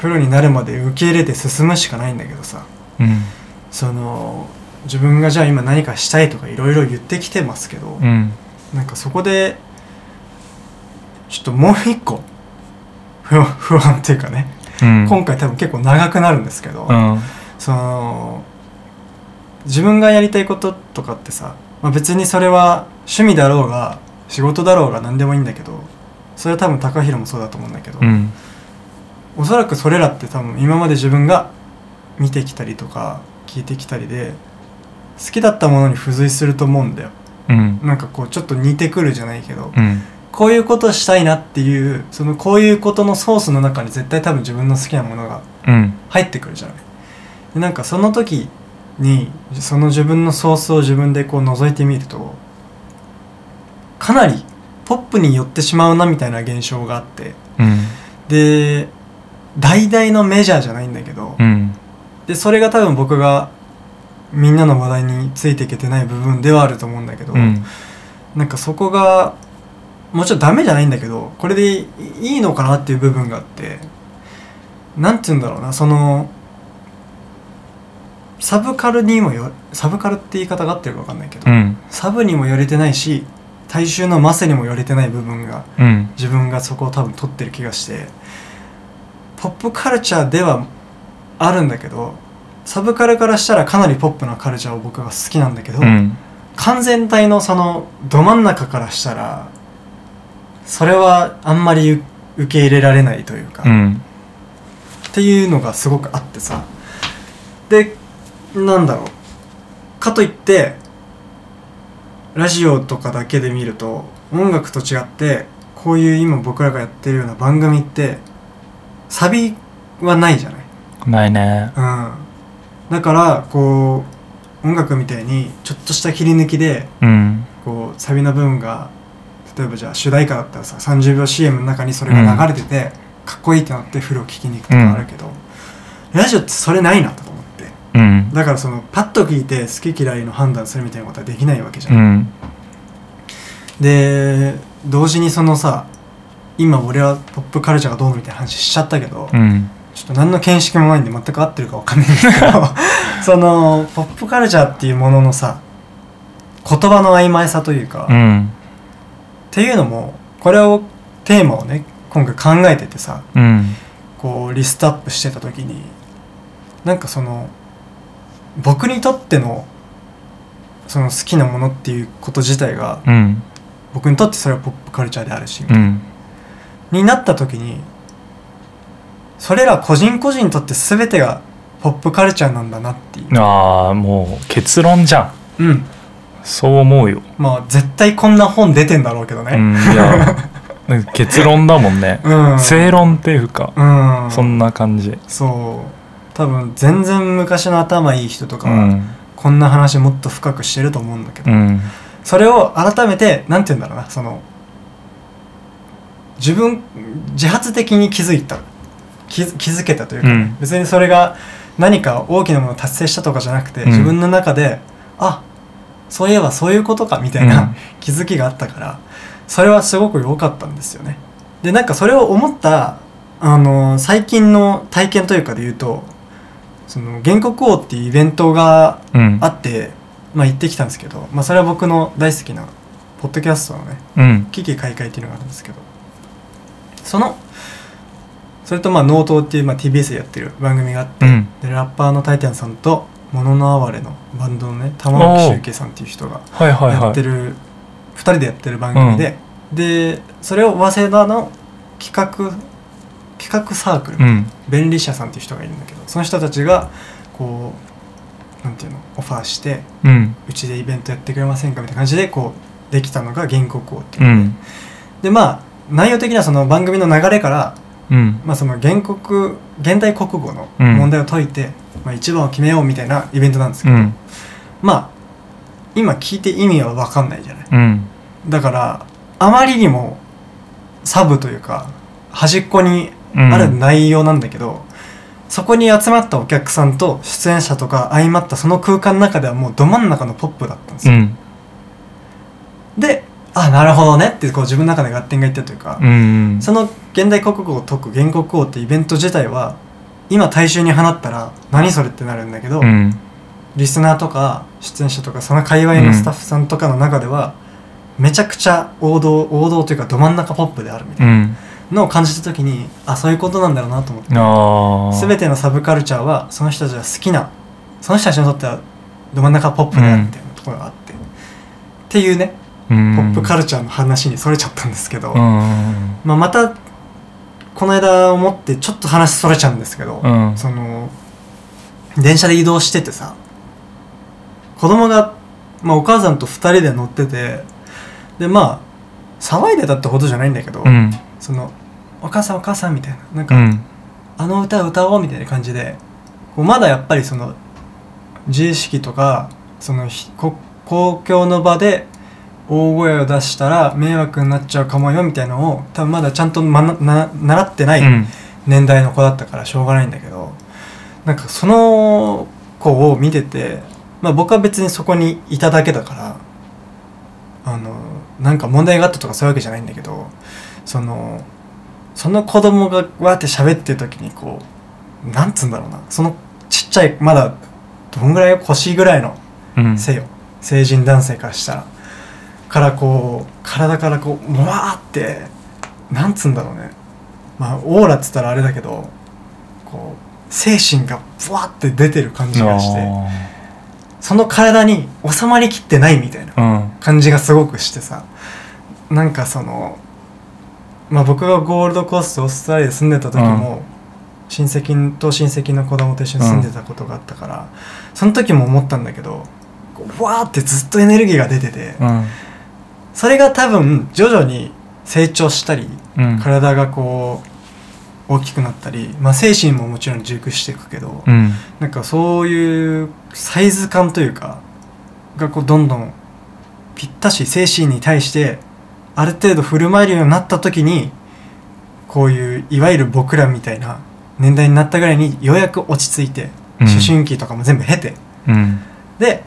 Speaker 1: プロになるまで受け入れて進むしかないんだけどさ
Speaker 2: うん
Speaker 1: その自分がじゃあ今何かしたいとかいろいろ言ってきてますけど、
Speaker 2: うん
Speaker 1: なんかそこでちょっともう一個不安不安っていうかね
Speaker 2: うん
Speaker 1: 今回多分結構長くなるんですけど、
Speaker 2: うん
Speaker 1: その自分がやりたいこととかってさ、まあ、別にそれは趣味だろうが仕事だろうが何でもいいんだけどそれは多分高弘もそうだと思うんだけど、
Speaker 2: うん
Speaker 1: おそらくそれらって多分今まで自分が見てきたりとか聞いてきたりで好きだったものに付随すると思うんだよ
Speaker 2: うん
Speaker 1: なんかこうちょっと似てくるじゃないけど、
Speaker 2: うん
Speaker 1: こういうことしたいなっていうそのこういうことのソースの中に絶対多分自分の好きなものが
Speaker 2: うん
Speaker 1: 入ってくるじゃないでなんかその時にその自分のソースを自分でこう覗いてみるとかなりポップに寄ってしまうなみたいな現象があって
Speaker 2: うん
Speaker 1: で大々のメジャーじゃないんだけど、
Speaker 2: うん
Speaker 1: でそれが多分僕がみんなの話題についていけてない部分ではあると思うんだけど、
Speaker 2: うん
Speaker 1: なんかそこがもちろんダメじゃないんだけどこれでいいいのかなっていう部分があってなんて言うんだろうなそのサブカルにもよサブカルって言い方が合ってるか分かんないけど、
Speaker 2: うん
Speaker 1: サブにも寄れてないし大衆のマスにも寄れてない部分が
Speaker 2: うん
Speaker 1: 自分がそこを多分取ってる気がしてポップカルチャーではあるんだけどサブカルからしたらかなりポップなカルチャーを僕が好きなんだけど、
Speaker 2: うん
Speaker 1: 完全体のそのど真ん中からしたらそれはあんまりう受け入れられないというか、
Speaker 2: う
Speaker 1: っ
Speaker 2: ん
Speaker 1: ていうのがすごくあってさでなんだろうかといってラジオとかだけで見ると音楽と違ってこういう今僕らがやってるような番組ってサビはないじゃない
Speaker 2: ないね
Speaker 1: うん、だからこう音楽みたいにちょっとした切り抜きで
Speaker 2: うん
Speaker 1: こうサビの部分が例えばじゃあ主題歌だったらさ30秒 CM の中にそれが流れてて、かっこいいってなってフルを聴きに行くとかあるけど、ラジオってそれないなと思って
Speaker 2: うん
Speaker 1: だからそのパッと聞いて好き嫌いの判断するみたいなことはできないわけじゃ、
Speaker 2: うんん
Speaker 1: で同時にそのさ今俺はポップカルチャーがどうのみたいな話しちゃったけど、
Speaker 2: うん
Speaker 1: ちょっと何の見識もないんで全く合ってるかわかんないんですけど そのポップカルチャーっていうもののさ言葉の曖昧さというか、
Speaker 2: う
Speaker 1: っ
Speaker 2: ん
Speaker 1: ていうのもこれをテーマをね今回考えててさ
Speaker 2: うん
Speaker 1: こうリストアップしてた時になんかその僕にとってのその好きなものっていうこと自体が
Speaker 2: うん
Speaker 1: 僕にとってそれはポップカルチャーであるし、
Speaker 2: うん
Speaker 1: になった時にそれら個人個人にとって全てがポップカルチャーなんだなっていう、
Speaker 2: ああもう結論じゃん
Speaker 1: うん、
Speaker 2: そう思うよ、
Speaker 1: まあ絶対こんな本出てんだろうけど
Speaker 2: う
Speaker 1: ね
Speaker 2: ん、いや結論だもんね
Speaker 1: うん、うん、
Speaker 2: 正論っていうかそんな感じ
Speaker 1: そう多分全然昔の頭いい人とか
Speaker 2: う
Speaker 1: は、
Speaker 2: ん
Speaker 1: こんな話もっと深くしてると思うんだけど、
Speaker 2: うん
Speaker 1: それを改めてなんて言うんだろうなその自分自発的に気づいた気づ気づけたというか、
Speaker 2: うん
Speaker 1: 別にそれが何か大きなものを達成したとかじゃなくて、
Speaker 2: うん
Speaker 1: 自分の中であそういえばそういうことかみたいな、
Speaker 2: うん
Speaker 1: 気づきがあったからそれはすごく良かったんですよねでなんかそれを思ったあの最近の体験というかで言うとその原告王っていうイベントが
Speaker 2: うん
Speaker 1: あって、まあ、行ってきたんですけど、まあ、それは僕の大好きなポッドキャストのね
Speaker 2: うん
Speaker 1: 「危機開会」っていうのがあるんですけどそのそれとまあ「ノートっていう、まあ、TBS でやってる番組があって、
Speaker 2: うん
Speaker 1: でラッパーのタイタンさんと「もののあわれ」のバンドのね玉置周慶さんっていう人が
Speaker 2: はいはい
Speaker 1: やっ
Speaker 2: は
Speaker 1: て
Speaker 2: い
Speaker 1: る、2人でやってる番組で、でそれを早稲田の企画企画サークル、
Speaker 2: うん
Speaker 1: 便利社さんっていう人がいるんだけどその人たちがこうなんていうのオファーして
Speaker 2: うん
Speaker 1: うちでイベントやってくれませんかみたいな感じでこうできたのが原告王っていうう、
Speaker 2: ん
Speaker 1: でまあ内容的にはその番組の流れから、
Speaker 2: うん
Speaker 1: まあ、その原告現代国語の問題を解いて、まあ、一番を決めようみたいなイベントなんですけ
Speaker 2: う
Speaker 1: ど、
Speaker 2: ん
Speaker 1: まあ今聞いて意味は分かんないじゃない
Speaker 2: うん
Speaker 1: だからあまりにもサブというか端っこに
Speaker 2: うん
Speaker 1: ある内容なんだけど、そこに集まったお客さんと出演者とか相まったその空間の中ではもうど真ん中のポップだったんです
Speaker 2: う
Speaker 1: よ、
Speaker 2: ん
Speaker 1: であなるほどねってこう自分の中で合点がいったというか、
Speaker 2: うん
Speaker 1: その現代国語を解く原告王ってイベント自体は今大衆に放ったら何それってなるんだけど、
Speaker 2: うん
Speaker 1: リスナーとか出演者とかその界隈のスタッフさんとかの中では、めちゃくちゃ王道王道というかど真ん中ポップであるみたいな
Speaker 2: うん
Speaker 1: のを感じた時にあそういうことなんだろうなと思って
Speaker 2: あー
Speaker 1: 全てのサブカルチャーはその人たちが好きなその人たちにとってはど真ん中はポップだみたいなところがあって、っていうねポップカルチャーの話にそれちゃったんですけど、
Speaker 2: うん
Speaker 1: まあ、またこの間思ってちょっと話それちゃうんですけど、
Speaker 2: うん
Speaker 1: その電車で移動しててさ子供がまあ、お母さんと2人で乗っててでまあ騒いでたってほどじゃないんだけど、
Speaker 2: うん
Speaker 1: その「お母さんお母さん」みたいななん
Speaker 2: う
Speaker 1: か、
Speaker 2: ん
Speaker 1: あの歌を歌おうみたいな感じでこうまだやっぱりその自意識とかそのひこ公共の場で大声を出したら迷惑になっちゃうかもよみたいなのを多分まだちゃんと、ま、なな習ってな
Speaker 2: う
Speaker 1: い
Speaker 2: ん
Speaker 1: 年代の子だったからしょうがないんだけどなんかその子を見てて、まあ、僕は別にそこにいただけだからあのなんか問題があったとかそういうわけじゃないんだけどそのその子供がわーって喋ってる時にこうなんつうんだろうなそのちっちゃいまだどんぐらい腰ぐらいの
Speaker 2: うん
Speaker 1: せよ成人男性からしたらからこう体からこううわーってなんつうんだろうねまあオーラっつったらあれだけどこう精神がブワーって出てる感じがしてその体に収まりきってないみたいな
Speaker 2: うん
Speaker 1: 感じがすごくしてさなんかそのまあ僕がゴールドコーストオーストラリアで住んでた時も、親戚と親戚の子供と一緒に住んでたことがあったから、その時も思ったんだけどこうわーってずっとエネルギーが出てて、
Speaker 2: うん
Speaker 1: それが多分徐々に成長したり
Speaker 2: うん
Speaker 1: 体がこう大きくなったり、まあ、精神ももちろん熟していくけど、
Speaker 2: うん
Speaker 1: なんかそういうサイズ感というかがこうどんどんぴったし精神に対してある程度振る舞えるようになった時にこういういわゆる僕らみたいな年代になったぐらいにようやく落ち着いて、
Speaker 2: うん
Speaker 1: 思春期とかも全部経て
Speaker 2: うん
Speaker 1: で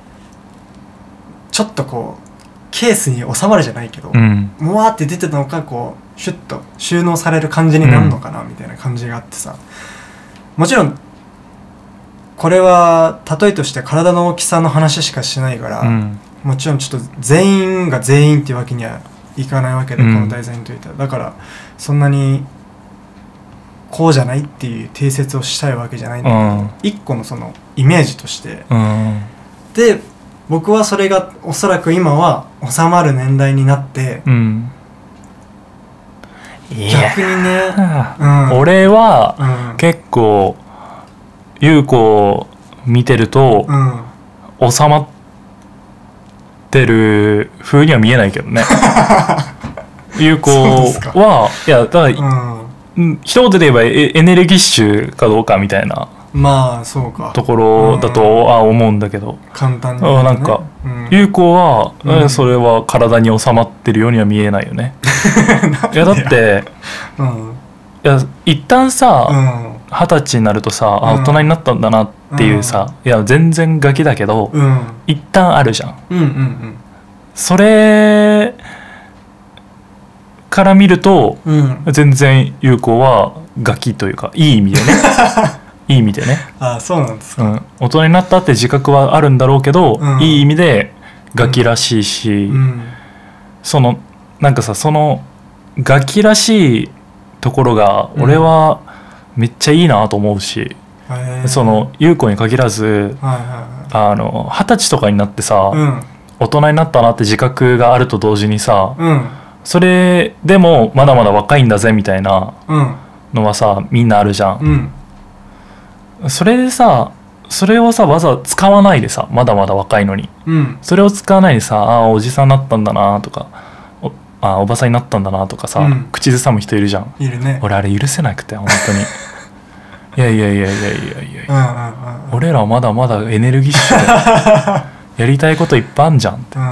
Speaker 1: ちょっとこうケースに収まるじゃないけど、
Speaker 2: うん
Speaker 1: もわーって出てたのかこうシュッと収納される感じになるのかな、みたいな感じがあってさもちろんこれは例えとして体の大きさの話しかしないから、
Speaker 2: うん
Speaker 1: もちろんちょっと全員が全員っていうわけにはいかないわけで、
Speaker 2: うん
Speaker 1: この題材にといてはだからそんなにこうじゃないっていう定説をしたいわけじゃないんだけど、
Speaker 2: うん
Speaker 1: 一個のそのイメージとして、
Speaker 2: うん
Speaker 1: で僕はそれがおそらく今は収まる年代になって
Speaker 2: うんいや
Speaker 1: 逆にね、うん、
Speaker 2: 俺は
Speaker 1: うん、
Speaker 2: 結構優子見てると
Speaker 1: うん、
Speaker 2: 収まってる風には見えないけ どね優子
Speaker 1: そうですか
Speaker 2: はいやだから
Speaker 1: う、
Speaker 2: うん一言で言えばエエネルギッシュかどうかみたいなん
Speaker 1: まあそうか
Speaker 2: ところだとは思うんだけど
Speaker 1: 簡単に、
Speaker 2: あなんか
Speaker 1: うん、
Speaker 2: 優子は、
Speaker 1: うん
Speaker 2: えそれは体に収まってるようには見えないよ ねいやだって
Speaker 1: うん、うん、
Speaker 2: いや一旦さ二十、歳になるとさあ
Speaker 1: うん
Speaker 2: 大人になったんだなっていうさ、いや全然ガキだけど、
Speaker 1: うん、うん、
Speaker 2: 一旦あるじゃん
Speaker 1: うん、うん、
Speaker 2: それから見ると
Speaker 1: うん、
Speaker 2: 全然優子はガキというかいい意 味でねいい意味でね
Speaker 1: ああ、そうなんです
Speaker 2: う
Speaker 1: か。
Speaker 2: ん、大人になったって自覚はあるんだろうけど、
Speaker 1: うん
Speaker 2: いい意味でガキらしいし、
Speaker 1: うん、
Speaker 2: そのなんかさそのガキらしいところが
Speaker 1: うん
Speaker 2: 俺はめっちゃいいなと思うし、
Speaker 1: へえ
Speaker 2: そ、の優子に限らず
Speaker 1: はいは
Speaker 2: あの二十歳とかになってさ、
Speaker 1: いはい、
Speaker 2: 大人になったなって自覚があると同時にさ
Speaker 1: うん、うん、
Speaker 2: それでもまだまだ若いんだぜみたいな
Speaker 1: うん、
Speaker 2: のはさみんなあるじゃん。
Speaker 1: うん、
Speaker 2: それでさそれをさわざわざ使わないでさまだまだ若いのに
Speaker 1: うん、
Speaker 2: それを使わないでさあーおじさんになったんだなとかおあーおばさんになったんだなとかさ、
Speaker 1: うん
Speaker 2: 口ずさむ人いるじゃん
Speaker 1: いるね。
Speaker 2: 俺あれ許せなくて本当に いやいやいやいやいやいや、
Speaker 1: うん、うん、うん、
Speaker 2: 俺らまだまだエネルギッシュ でやりたいこといっぱいあんじゃんって
Speaker 1: うん、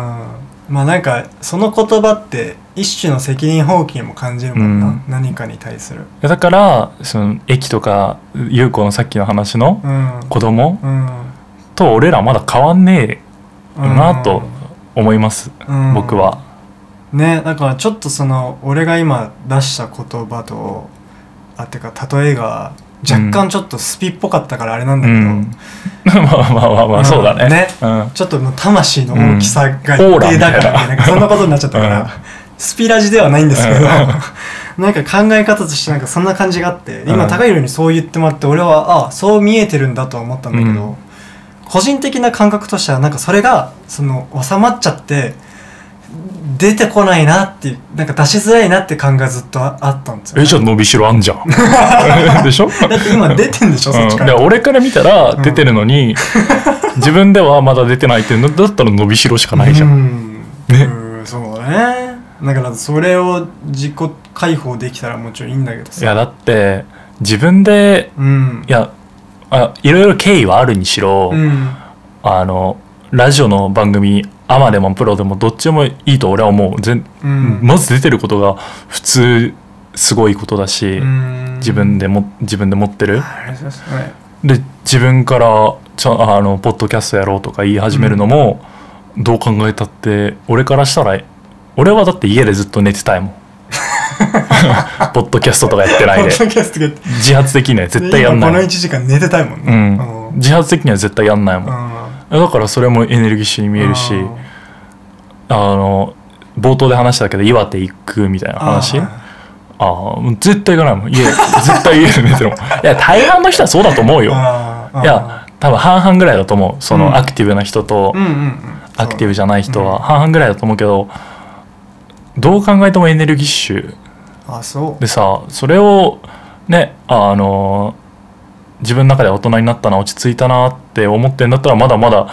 Speaker 1: まあなんかその言葉って一種の責任放棄にも感じるもんな、
Speaker 2: うん
Speaker 1: 何かに対する。
Speaker 2: だからその駅とか優子のさっきの話の
Speaker 1: うん、
Speaker 2: 子供
Speaker 1: うん、
Speaker 2: と俺らまだ変わんねえよなと思います、
Speaker 1: うん
Speaker 2: 僕は。
Speaker 1: ねだからちょっとその俺が今出した言葉とあてか例えが若干ちょっとスピっぽかったからあれなんだけ
Speaker 2: う
Speaker 1: ど、
Speaker 2: ん、 まあまあまあま
Speaker 1: う
Speaker 2: あ
Speaker 1: ん
Speaker 2: そうだね。
Speaker 1: ね
Speaker 2: うん
Speaker 1: ちょっともう魂の大きさが
Speaker 2: うん
Speaker 1: 一定だか
Speaker 2: オーラ
Speaker 1: ら、
Speaker 2: みたいな
Speaker 1: なんかそんなことになっちゃったから、スピラジではないんですけど、
Speaker 2: うん
Speaker 1: なんか考え方としてなんかそんな感じがあって、今
Speaker 2: うん
Speaker 1: 高いにそう言ってもらって俺はああそう見えてるんだとは思ったんだけど、
Speaker 2: うん
Speaker 1: 個人的な感覚としてはなんかそれがその収まっちゃって出てこないなっていうなんか出しづらいなって感がずっとああったんですよ、
Speaker 2: えじゃあ伸びしろあんじゃ んでしょ
Speaker 1: だって今出てんでしょ、そっち
Speaker 2: う
Speaker 1: か
Speaker 2: ん、で
Speaker 1: ら。
Speaker 2: 俺から見たら出てるの に、自分ではまだ出てないっていうのだったら伸びしろしかないじゃん、
Speaker 1: うん。
Speaker 2: ね
Speaker 1: うんそうだね。だからそれを自己解放できたらもちろんいいんだけど
Speaker 2: い
Speaker 1: さ。
Speaker 2: やだって自分で
Speaker 1: うん。
Speaker 2: いやあいろいろ経緯はあるにしろ、
Speaker 1: うん。
Speaker 2: あのラジオの番組アマでもプロでもどっちでもいいと俺は思う全、
Speaker 1: うん
Speaker 2: まず出てることが普通すごいことだし、
Speaker 1: うん
Speaker 2: 自分でも自分で持ってる
Speaker 1: あれですね。
Speaker 2: で自分からちゃあのポッドキャストやろうとか言い始めるのも、どう考えたって俺からしたら俺はだって家でずっと寝て たいもん ポッドキャストとかやって
Speaker 1: ポ
Speaker 2: ないで
Speaker 1: ッドキャストが
Speaker 2: 自発的には絶対やんな
Speaker 1: 今この
Speaker 2: い、
Speaker 1: 1時間寝てたいもん
Speaker 2: う
Speaker 1: ね。
Speaker 2: ん、
Speaker 1: うん
Speaker 2: 自発的には絶対やんないもんだからそれもエネルギッシュに見えるし
Speaker 1: うん
Speaker 2: あの冒頭で話したけど岩手行くみたいな話
Speaker 1: あ
Speaker 2: ああもう絶対行かないもん家絶対家で寝 てるもんいや大半の人はそうだと思う
Speaker 1: ー
Speaker 2: よ
Speaker 1: あー
Speaker 2: いや多分半々ぐらいだと思うそうの
Speaker 1: ん
Speaker 2: アクティブな人と
Speaker 1: うんうんうん。
Speaker 2: アクティブ
Speaker 1: じ
Speaker 2: じゃない人
Speaker 1: う
Speaker 2: は
Speaker 1: ん
Speaker 2: 半々ぐらいだと思うけどどう考えてもエネルギッシュ
Speaker 1: ゃん。あ、そう。
Speaker 2: でさそれをねあの自分の中で大人になったな落ち着いたなって思ってんだったらまだまだ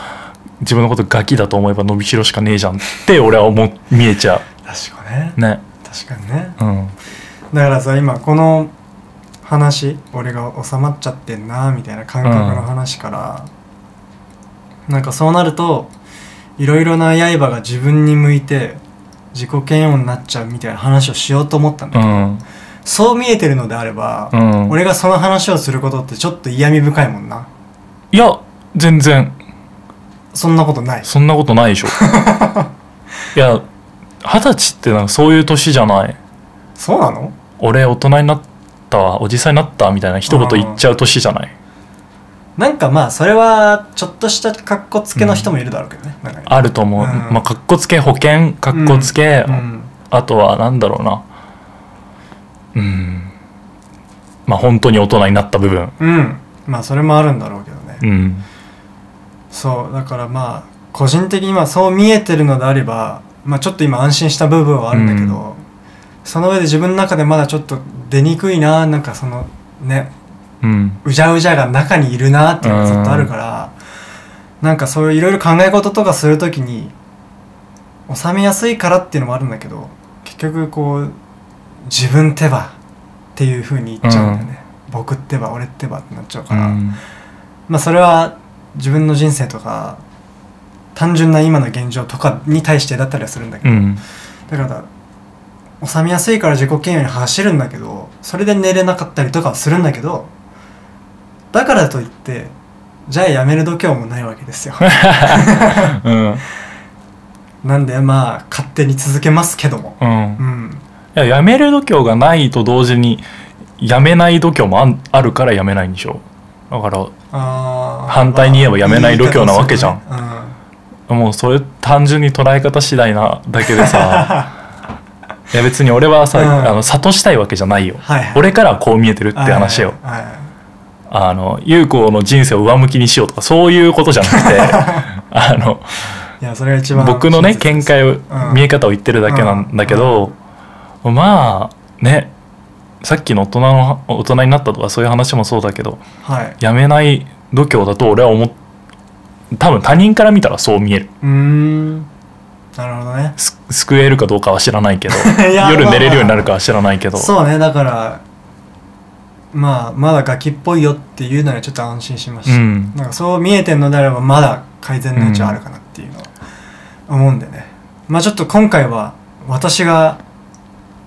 Speaker 2: 自分のことガキだと思えば伸びしろしかねえじゃんって俺は思う見えちゃ
Speaker 1: 確かね
Speaker 2: う。ね
Speaker 1: 確かにね。
Speaker 2: うん
Speaker 1: だからさ今この話俺が収まっちゃってんなみたいな感覚の話から、なんかそうなるといろいろな刃が自分に向いて自己嫌悪になっちゃうみたいな話をしようと思ったんだ
Speaker 2: う
Speaker 1: けど、
Speaker 2: ん
Speaker 1: そう見えてるのであれば、
Speaker 2: うん
Speaker 1: 俺がその話をすることってちょっと嫌味深いもんない
Speaker 2: や全然
Speaker 1: そんなことない
Speaker 2: そんなことない でしょいや二十歳ってなんかそういう年じゃない
Speaker 1: そうなの
Speaker 2: 俺大人になったわおじさんになったみたいな一言言っちゃう年じゃない
Speaker 1: なんかまあそれはちょっとした格好つけの人もいるだろうけどね、なんかね
Speaker 2: あると思う、
Speaker 1: うん
Speaker 2: まあかっこつけ保険かっこつけ、
Speaker 1: うん
Speaker 2: あとはなんだろうなうんまあ本当に大人になった部分
Speaker 1: うん、まあそれもあるんだろうけどね
Speaker 2: うん
Speaker 1: そうだからまあ個人的にまあそう見えてるのであれば、まあ、ちょっと今安心した部分はあるんだけど、
Speaker 2: う
Speaker 1: その上で自分の中でまだちょっと出にくいななんかそのね
Speaker 2: うん
Speaker 1: うじゃうじゃが中にいるなっていうのがずっとあるから、なんかそういういろいろ考え事とかするときに収めやすいからっていうのもあるんだけど結局こう自分手羽っていう風に言っちゃうんだよね、僕手羽俺手羽ってなっちゃう
Speaker 2: う
Speaker 1: から。
Speaker 2: ん
Speaker 1: まあそれは自分の人生とか単純な今の現状とかに対してだったりはするんだけ
Speaker 2: う
Speaker 1: ど、
Speaker 2: ん
Speaker 1: だから収めやすいから自己嫌悪に走るんだけどそれで寝れなかったりとかはするんだけどだからといってじゃあやめる度胸もないわけ ですよ
Speaker 2: うん
Speaker 1: なんでまあ勝手に続けますけども
Speaker 2: うん
Speaker 1: うん
Speaker 2: いややめる度胸がないと同時にやめない度胸もあんあるからやめないんでしょだから
Speaker 1: あー
Speaker 2: 反対に言えばやめない度胸なわけじゃん
Speaker 1: いい言い方ですよね
Speaker 2: もうそれ単純に捉え方次第なだけで さいや別に俺はさ、
Speaker 1: うん
Speaker 2: あの諭したいわけじゃないよ、
Speaker 1: はいはい
Speaker 2: 俺からはこう見えてるって
Speaker 1: うん
Speaker 2: 話よ、
Speaker 1: はいはいはい
Speaker 2: あの優子の人生を上向きにしようとかそういうことじゃな くてあの
Speaker 1: いやそれが一番
Speaker 2: 僕の
Speaker 1: 真
Speaker 2: ね
Speaker 1: 実で
Speaker 2: 見
Speaker 1: す
Speaker 2: 解を、
Speaker 1: うん
Speaker 2: 見え方を言ってるだけなんだけど、まあねさっきの大人の大人になったとかそういう話もそうだけど
Speaker 1: はい
Speaker 2: やめない度胸だと俺は思っ多分他人から見たらそう見える
Speaker 1: うーんなるほどね
Speaker 2: す救えるかどうかは知らないけど
Speaker 1: いや
Speaker 2: 夜
Speaker 1: まあ
Speaker 2: 寝れるようになるかは知らないけど
Speaker 1: そうねだからまあまだガキっぽいよっていうのはちょっと安心しまし
Speaker 2: う
Speaker 1: た、
Speaker 2: ん
Speaker 1: なんかそう見えてんのであればまだ改善の余地はあるかなっていうのは思うんでね、まあちょっと今回は私が、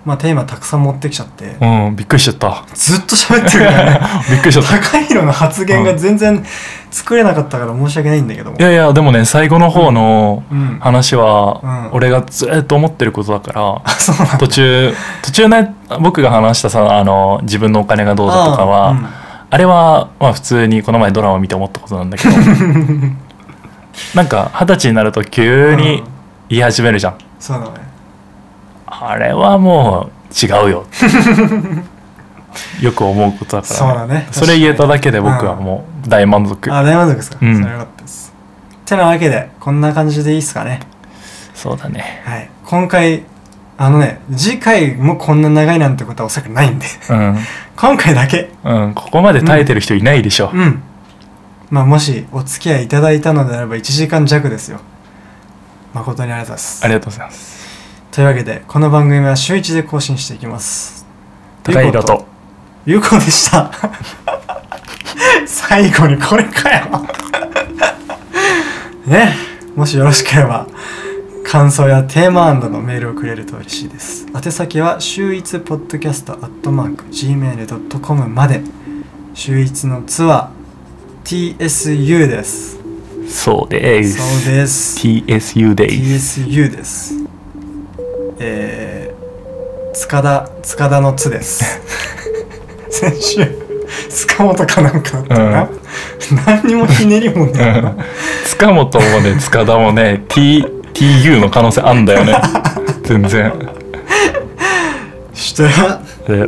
Speaker 1: まあ、テーマたくさん持ってきちゃって、
Speaker 2: うんびっくりしちゃった
Speaker 1: ずっと喋ってるからね
Speaker 2: びっくりしちゃった
Speaker 1: 高弘の発言が全然作れなかったから申し訳ないんだけども
Speaker 2: いやいやでもね最後の方の
Speaker 1: うんあ
Speaker 2: 話は
Speaker 1: うん
Speaker 2: 俺がずっと思ってることだから
Speaker 1: そうなんだ
Speaker 2: 途中途中ね僕が話したさあの自分のお金がどうだとかはあ,、
Speaker 1: あ
Speaker 2: れはまあ普通にこの前ドラマ見て思ったことな んだけどなんか二十歳になると急
Speaker 1: うん
Speaker 2: に言い始めるじゃん、
Speaker 1: そうだね
Speaker 2: あれはもう違 うよってよく思うことだから
Speaker 1: そうだね
Speaker 2: それ言えただけで僕はもう大満足、
Speaker 1: あ大満足ですか、
Speaker 2: うん
Speaker 1: それはよかったですてなわけでこんな感じでいいっすかね
Speaker 2: そうだね
Speaker 1: はい今回あのね次回もこんな長いなんてことはおそらくないんで
Speaker 2: うん
Speaker 1: 今回だけ
Speaker 2: うん、ここまで耐えてる人いないでしょ、
Speaker 1: うんまあもしお付き合いいただいたのであれば1時間弱ですよ誠にありがとうございます
Speaker 2: ありがとうございます
Speaker 1: というわけでこの番組は週1で更新していきます
Speaker 2: 高井だと
Speaker 1: 有効でした最後にこれかよねもしよろしければ感想やテーマ案などのメールをくれると嬉しいです宛先は週一ポッドキャストアットマーク Gmail.com まで週一のツアー TSU です
Speaker 2: そうです
Speaker 1: そうです
Speaker 2: TSU デイ
Speaker 1: TSU ですえー、塚田塚田のつです 先週塚本かなんかあったな、
Speaker 2: う
Speaker 1: 何にもひねりもねえな
Speaker 2: 塚本もね塚田もね T TU の可能性あんだよね全然
Speaker 1: したら
Speaker 2: で